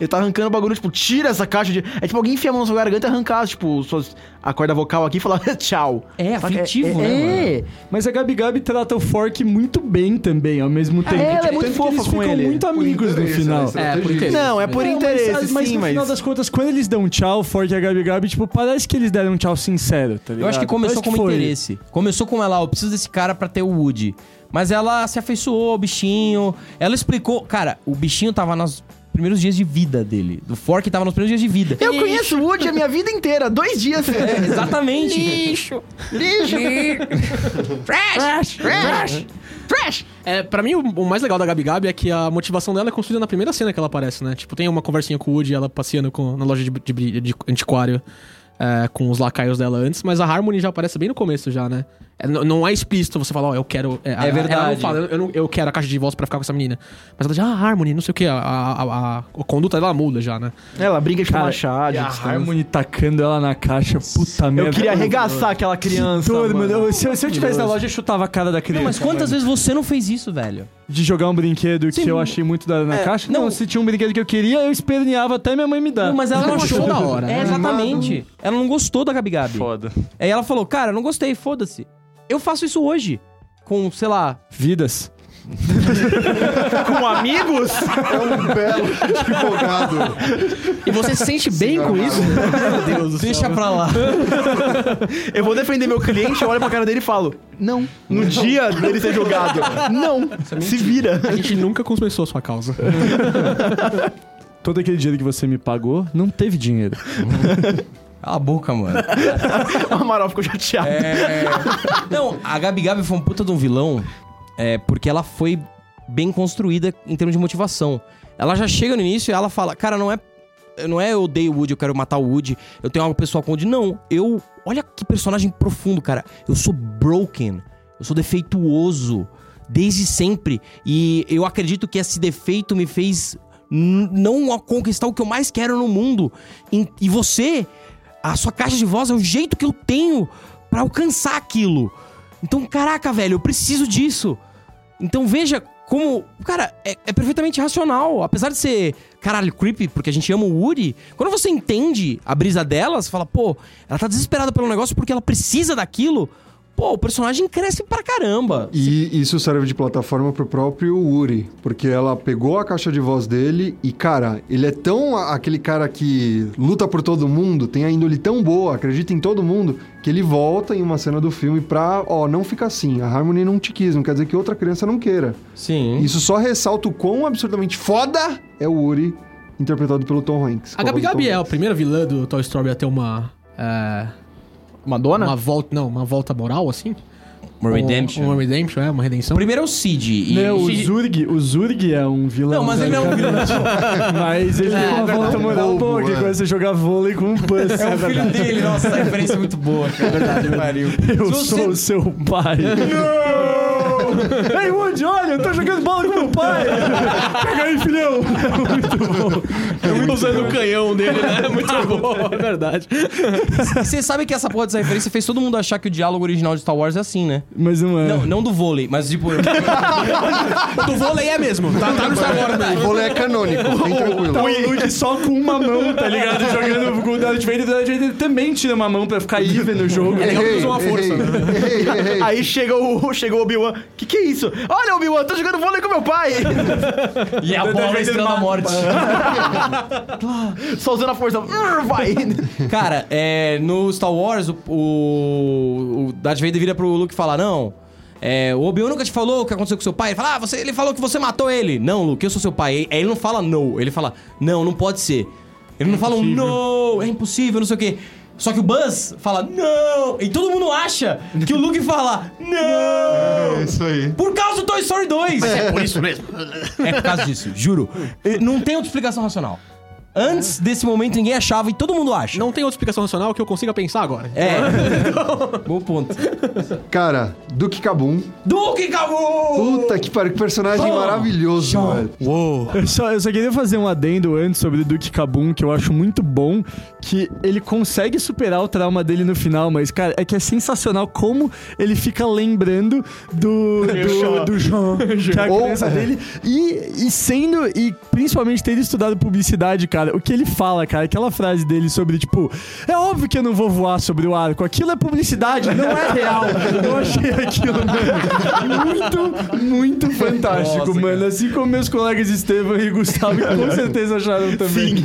Speaker 5: Ele tá arrancando o bagulho, tipo, tira essa caixa de. É tipo alguém enfiar a mão na sua garganta e arrancar, tipo, suas... a corda vocal aqui e falar tchau.
Speaker 2: É,
Speaker 5: Só que
Speaker 2: aflitivo,
Speaker 5: é,
Speaker 2: né, mano?
Speaker 5: é,
Speaker 3: Mas a Gabi Gabi trata o Fork muito bem também, ao mesmo tempo.
Speaker 5: ela é
Speaker 3: Tanto
Speaker 5: muito
Speaker 3: que
Speaker 5: fofa
Speaker 3: eles
Speaker 5: com
Speaker 3: ficam
Speaker 5: ele.
Speaker 3: muito
Speaker 5: Por
Speaker 3: amigos no
Speaker 6: interesse,
Speaker 3: final.
Speaker 6: né? Estratégia.
Speaker 4: É, por interesse.
Speaker 5: Não, é por
Speaker 3: Não, mas,
Speaker 5: interesse,
Speaker 3: sabe,
Speaker 5: sim,
Speaker 3: no
Speaker 5: mas.
Speaker 3: final das contas, quando eles dão um tchau, o Fork e a Gabi Gabi, tipo, parece que eles deram um tchau sincero, tá ligado?
Speaker 2: Eu acho que começou
Speaker 3: Parece
Speaker 2: como
Speaker 3: foi.
Speaker 2: interesse. Começou com ela, ó, eu preciso desse cara pra ter o Woody. Mas ela se afeiçoou ao bichinho. Ela explicou. Cara, o bichinho tava nos primeiros dias de vida dele. Do Fork tava nos primeiros dias de vida.
Speaker 5: Eu conheço o Woody a minha vida inteira, dois dias.
Speaker 2: Exatamente.
Speaker 5: Lixo.
Speaker 4: Trash!
Speaker 5: Trash! Trash!
Speaker 4: É, pra mim, o, o mais legal da Gabi Gabi é que a motivação dela é construída na primeira cena que ela aparece, né? Tipo, tem uma conversinha com o Woody, ela passeando com- na loja de, de bri- de antiquário é, com os lacaios dela antes, mas a Harmony já aparece bem no começo já, né? É, n- não é explícito você falar, ó, eu quero... É, a-
Speaker 2: verdade.
Speaker 4: Ela não fala, eu, eu não- eu quero a caixa de voz pra ficar com essa menina. Mas ela já, ah, Harmony, não sei o que, a, a, a, a- a conduta dela muda já, né?
Speaker 5: Ela briga de
Speaker 3: Cara, tipo,
Speaker 5: machado.
Speaker 3: e a Harmony tacando ela na caixa, puta merda.
Speaker 5: Eu queria arregaçar aquela criança.
Speaker 3: Todo, mano.
Speaker 5: mano.
Speaker 3: Eu- se, eu- se eu tivesse na loja, eu chutava a cara da criança.
Speaker 2: Não, mas quantas
Speaker 3: mano.
Speaker 2: vezes você não fez isso, velho?
Speaker 3: De jogar um brinquedo
Speaker 2: Sim, É,
Speaker 3: que eu achei muito da hora na caixa? Não,
Speaker 2: não.
Speaker 3: se tinha um brinquedo que eu queria, eu esperneava até minha mãe me dar.
Speaker 2: Não, mas ela não achou da hora. É,
Speaker 4: né?
Speaker 2: exatamente. Ela não gostou da Gabi Gabi.
Speaker 3: Foda.
Speaker 2: Aí ela falou, cara, não gostei, foda-se. Eu faço isso hoje. Com, sei lá.
Speaker 3: Vidas.
Speaker 5: Com amigos?
Speaker 6: É um belo advogado.
Speaker 4: E você se sente bem com isso? Meu Deus do céu.
Speaker 2: Deixa pra lá.
Speaker 5: Eu vou defender meu cliente, eu olho pra cara dele e falo: Não. No Um dia dele ser jogado. é Não. Se vira.
Speaker 4: A gente nunca compensou a sua causa.
Speaker 3: Todo aquele dinheiro que você me pagou, não teve dinheiro.
Speaker 2: Cala a boca, mano.
Speaker 5: O Amaral ficou chateado.
Speaker 2: Não, a Gabi Gabi foi um puta de um vilão é, porque ela foi bem construída em termos de motivação. Ela já chega no início e ela fala, cara, não é. Não é eu odeio o Woody, eu quero matar o Woody, eu tenho algo pessoal com o Woody. Não, eu. Olha que personagem profundo, cara. Eu sou broken, eu sou defeituoso desde sempre. E eu acredito que esse defeito me fez n- não a- conquistar o que eu mais quero no mundo. E, e você, a sua caixa de voz é o jeito que eu tenho pra alcançar aquilo. Então, caraca, velho, eu preciso disso. Então veja como. Cara, é, é perfeitamente racional. Apesar de ser, caralho, creepy, porque a gente ama o Woody, quando você entende a brisa dela, você fala, pô, ela tá desesperada pelo negócio porque ela precisa daquilo. Pô, o personagem cresce pra caramba.
Speaker 6: E isso serve de plataforma pro próprio Uri, porque ela pegou a caixa de voz dele e, cara, ele é tão a- aquele cara que luta por todo mundo, tem a índole tão boa, acredita em todo mundo, que ele volta em uma cena do filme pra, ó, não fica assim, a Harmony não te quis, não quer dizer que outra criança não queira.
Speaker 2: Sim.
Speaker 6: Isso só ressalta o quão absurdamente foda é o Uri, interpretado pelo Tom Hanks.
Speaker 4: A Gabi
Speaker 6: Tom
Speaker 4: Gabi é a
Speaker 6: Hanks.
Speaker 4: primeira vilã do Toy Story a ter uma... é,
Speaker 5: Uma dona?
Speaker 4: Uma volta, não, uma volta moral, assim?
Speaker 2: Uma
Speaker 4: Um-
Speaker 2: redemption.
Speaker 4: Uma redemption, é, uma redenção.
Speaker 2: Primeiro é o Cid. E...
Speaker 3: Não, o Zurg, o Zurg é um vilão.
Speaker 2: Não, mas ele é um vilão.
Speaker 3: Mas ele tem uma volta moral
Speaker 6: bobo,
Speaker 3: boa, que
Speaker 6: é.
Speaker 3: quando você jogar vôlei com um bus.
Speaker 2: É o filho dele, nossa, essa referência é muito boa, cara. É verdade, pariu. Se
Speaker 3: Eu
Speaker 2: você-
Speaker 3: sou o seu pai. Ei, Woody, olha, eu tô jogando bola com meu pai. Pega aí, filhão. É
Speaker 4: Usando o canhão dele, né? Muito bom, é verdade.
Speaker 2: Você sabe que essa porra dessa referência fez todo mundo achar que o diálogo original de Star Wars é assim, né?
Speaker 3: Mas não é.
Speaker 2: Não, não do vôlei, mas tipo.
Speaker 4: Do vôlei é mesmo. Tá, tá no Star Wars,
Speaker 6: O
Speaker 4: né?
Speaker 6: vôlei é canônico, bem tranquilo.
Speaker 3: Tá o Luke só com uma mão, tá ligado? Jogando com o Darth Vader. O Darth Vader também tira uma mão pra ficar even no jogo.
Speaker 2: é
Speaker 6: Errei,
Speaker 4: usou uma né?
Speaker 6: errei, errei, errei.
Speaker 5: Aí chega o, chega o Obi-Wan. Que que é isso? Olha, Obi-Wan, tô jogando vôlei com meu pai.
Speaker 2: E a
Speaker 3: tá
Speaker 2: bola estrela da morte.
Speaker 5: Só usando a força. Urr, Vai.
Speaker 2: Cara, é, no Star Wars, o, o, o Darth Vader vira pro Luke e fala: Não, é, o Obi-Wan nunca te falou o que aconteceu com seu pai. Ele fala: Ah, você, ele falou que você matou ele. Não, Luke, eu sou seu pai. Aí ele não fala não, ele fala: Não, não pode ser. Ele não fala um não, é impossível, não sei o quê. Só que o Buzz fala não! E todo mundo acha que o Luke fala não!
Speaker 6: É isso aí.
Speaker 2: Por causa do Toy Story 2!
Speaker 4: É por isso mesmo.
Speaker 2: É por causa disso, juro. Eh, Não tem outra explicação racional. Antes desse momento ninguém achava e todo mundo acha.
Speaker 4: Não tem outra explicação racional que eu consiga pensar agora.
Speaker 2: É. Bom ponto.
Speaker 6: Cara, Duke Cabum.
Speaker 2: Duke Cabu!
Speaker 6: Puta que pariu, que personagem maravilhoso, velho.
Speaker 3: Eu só, eu só queria fazer um adendo antes sobre o Duke Kabum, que eu acho muito bom, que ele consegue superar o trauma dele no final, mas, cara, é que é sensacional como ele fica lembrando do, do, do Jean, que é a
Speaker 6: Ou-
Speaker 3: criança dele, e, e sendo, e principalmente tendo estudado publicidade, cara, o que ele fala, cara, aquela frase dele sobre, tipo, é óbvio que eu não vou voar sobre o arco, aquilo é publicidade, não é real. Eu achei aquilo, mano, muito, muito fantástico,
Speaker 2: Nossa,
Speaker 3: mano. Assim como meus colegas Estevam e Gustavo, que com certeza acharam também.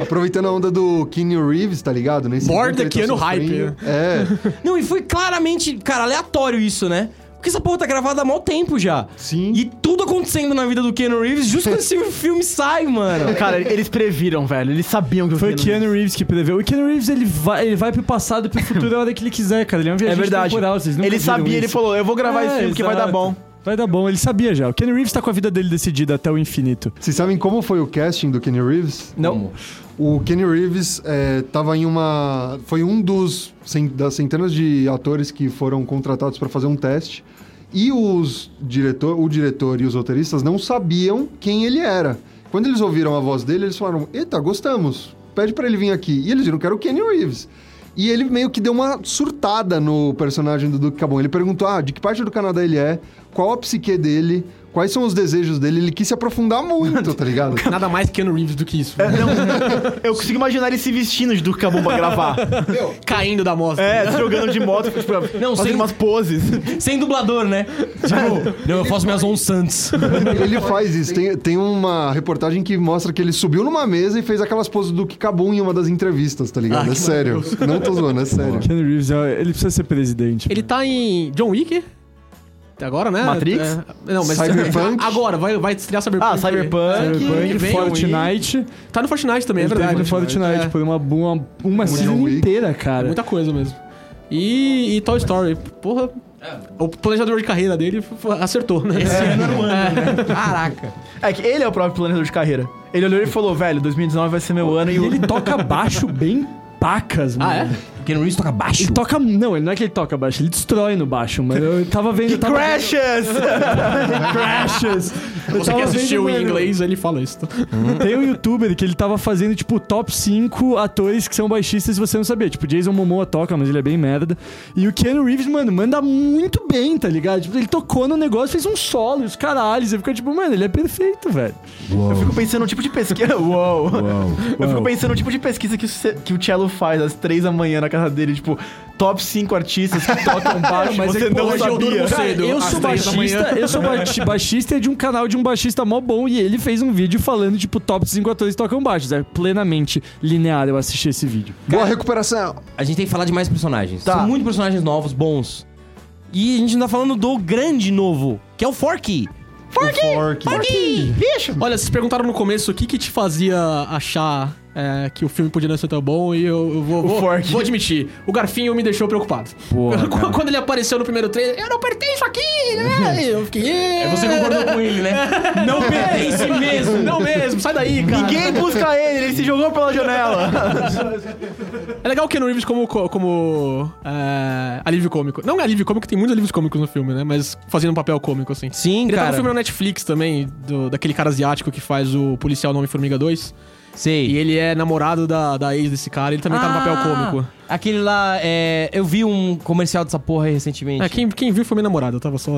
Speaker 6: Aproveitando a onda do Keanu Reeves, tá ligado? Nesse
Speaker 4: Borda
Speaker 6: momento ele
Speaker 4: Keanu
Speaker 6: sofrendo. É,
Speaker 2: Não, e foi claramente, cara, aleatório isso, né? Porque essa porra tá gravada há mau tempo já.
Speaker 6: Sim.
Speaker 2: E tudo acontecendo na vida do Keanu Reeves justo quando esse filme sai, mano.
Speaker 5: Cara, eles previram, velho. Eles sabiam que eu
Speaker 3: Foi
Speaker 5: queria-
Speaker 3: Keanu Reeves que preveu. O Keanu Reeves, ele vai, ele vai pro passado e pro futuro a hora que ele quiser, cara. Ele é um
Speaker 5: É
Speaker 3: viajante
Speaker 5: verdade.
Speaker 3: temporal, vocês nunca
Speaker 5: ele
Speaker 3: viram
Speaker 5: sabia, ele
Speaker 3: isso.
Speaker 5: falou, eu vou gravar
Speaker 3: É,
Speaker 5: esse filme que vai dar
Speaker 3: exato.
Speaker 5: bom.
Speaker 3: Vai dar bom, ele sabia já. O Keanu Reeves tá com a vida dele decidida até o infinito.
Speaker 6: vocês sabem como foi o casting do Keanu Reeves?
Speaker 2: Não.
Speaker 6: O Kenny Reeves é, tava em uma. Foi um dos cen- das centenas de atores que foram contratados para fazer um teste. E os diretor, o diretor e os roteiristas não sabiam quem ele era. Quando eles ouviram a voz dele, eles falaram: Eita, gostamos. Pede para ele vir aqui. E eles viram que era o Kenny Reeves. E ele meio que deu uma surtada no personagem do Duke Cabon. Ele perguntou: ah, de que parte do Canadá ele é? Qual a psique dele? Quais são os desejos dele? Ele quis se aprofundar muito, tá ligado?
Speaker 4: Nada mais Keanu Reeves do que isso.
Speaker 5: É. Eu consigo imaginar ele se vestindo de Duke Cabum pra gravar.
Speaker 4: Caindo da moto.
Speaker 5: é, se jogando de moto, tipo,
Speaker 2: Não,
Speaker 5: fazendo
Speaker 2: sem-
Speaker 5: umas poses.
Speaker 2: Sem dublador, né? Tipo, não, eu faço minhas on Santos.
Speaker 6: Ele faz isso. Tem, tem uma reportagem que mostra que ele subiu numa mesa e fez aquelas poses do Kikabum em uma das entrevistas, tá ligado? é sério. Não tô zoando, é sério.
Speaker 3: Keanu Reeves, ó, ele precisa ser presidente.
Speaker 4: Ele tá em John Wick? Até agora, né?
Speaker 5: Matrix?
Speaker 4: É, não, mas
Speaker 6: Cyberpunk?
Speaker 4: agora, vai, vai estrear Cyberpunk.
Speaker 5: Ah, Cyberpunk,
Speaker 4: que
Speaker 3: Cyberpunk,
Speaker 4: vem,
Speaker 3: Fortnite.
Speaker 4: e- Tá no Fortnite também,
Speaker 3: Ele
Speaker 4: é
Speaker 3: teve
Speaker 4: verdade.
Speaker 3: no Fortnite, é.
Speaker 4: É.
Speaker 3: foi uma, uma, uma season
Speaker 6: Wick.
Speaker 3: inteira, cara.
Speaker 4: Muita coisa mesmo. E, e Toy Story, porra. O planejador de carreira dele f- acertou, né? Esse ano era o ano, né? Caraca.
Speaker 5: É que ele é o próprio planejador de carreira. Ele olhou e falou, velho, 2019 vai ser meu ano e
Speaker 3: E
Speaker 5: o
Speaker 3: ele toca baixo bem pacas, mano.
Speaker 4: Ah, é?
Speaker 2: Keanu Reeves toca baixo.
Speaker 3: Ele toca. Não, ele não é que ele toca baixo, ele destrói no baixo, mano. Eu tava vendo.
Speaker 5: tá
Speaker 3: eu tava
Speaker 5: Crashes!
Speaker 3: vendo crashes. Eu
Speaker 4: Você que
Speaker 3: tava
Speaker 4: assistiu
Speaker 3: vendo,
Speaker 4: em
Speaker 3: mano,
Speaker 4: inglês, ele fala isso.
Speaker 3: Tem um youtuber que ele tava fazendo, tipo, top 5 atores que são baixistas e você não sabia. Tipo, Jason Momoa toca, mas ele é bem merda. E o Keanu Reeves, mano, manda muito bem, tá ligado? Tipo, ele tocou no negócio, fez um solo, e os caralhos. Eu fico tipo, mano, ele é perfeito, velho.
Speaker 5: Eu fico pensando no tipo de pesquisa. Uou! Eu fico pensando no tipo de pesquisa que, o ce- que o Cello faz às três da manhã na casa dele, tipo, top 5 artistas que tocam baixo,
Speaker 3: mas
Speaker 5: mas você
Speaker 3: é que
Speaker 5: não
Speaker 3: hoje eu
Speaker 5: sabia.
Speaker 4: durmo
Speaker 3: Cara,
Speaker 4: cedo,
Speaker 3: eu
Speaker 4: às
Speaker 3: sou
Speaker 4: três da
Speaker 3: baixista,
Speaker 4: manhã.
Speaker 3: eu sou ba- baixista de um canal de um baixista mó bom e ele fez um vídeo falando, tipo, top 5 atores que tocam baixos. É plenamente linear eu assisti esse vídeo.
Speaker 6: Boa recuperação.
Speaker 2: A gente tem que falar de mais personagens.
Speaker 5: Tá.
Speaker 2: São muitos personagens novos, bons. E a gente não tá falando do grande novo, que é o Forky.
Speaker 6: Fork.
Speaker 4: Olha, vocês perguntaram no começo o que, que te fazia achar é, que o filme podia não ser tão bom e eu, eu vou, vou,
Speaker 5: fork.
Speaker 4: vou admitir. O Garfinho me deixou preocupado. Quando quando ele apareceu no primeiro trailer, eu não pertenço aqui, né? Eu fiquei. É
Speaker 2: Você concordou com ele, né? Não pertence mesmo.
Speaker 4: Não mesmo. mesmo, sai daí, cara.
Speaker 5: Ninguém busca ele, ele se jogou pela janela.
Speaker 4: É legal o Keanu Reeves como, co- como é, alívio cômico. Não é alívio cômico, tem muitos alívios cômicos no filme, né? Mas fazendo um papel cômico, assim.
Speaker 2: Sim,
Speaker 4: Ele tá no
Speaker 2: cara.
Speaker 4: filme na Netflix também, do- daquele cara asiático que faz o policial Nome Formiga 2.
Speaker 2: Sei.
Speaker 4: E ele é namorado da, da ex desse cara, ele também tá no papel
Speaker 2: Ah,
Speaker 4: cômico.
Speaker 2: Aquele lá, é, eu vi um comercial dessa porra aí recentemente.
Speaker 4: É, quem, quem viu foi minha namorada, eu tava só.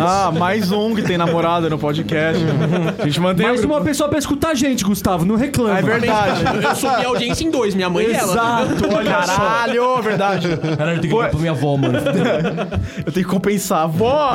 Speaker 5: ah, mais um que tem namorada no podcast. A gente mantém
Speaker 7: Mais uma pessoa pra escutar a gente, Gustavo, não reclama.
Speaker 5: É verdade.
Speaker 4: Eu subi a audiência em dois, minha mãe e ela.
Speaker 7: Exato, olha só.
Speaker 5: Caralho, verdade.
Speaker 2: Caralho, eu tenho que ligar pra minha avó, mano.
Speaker 5: Eu tenho que compensar. Vó!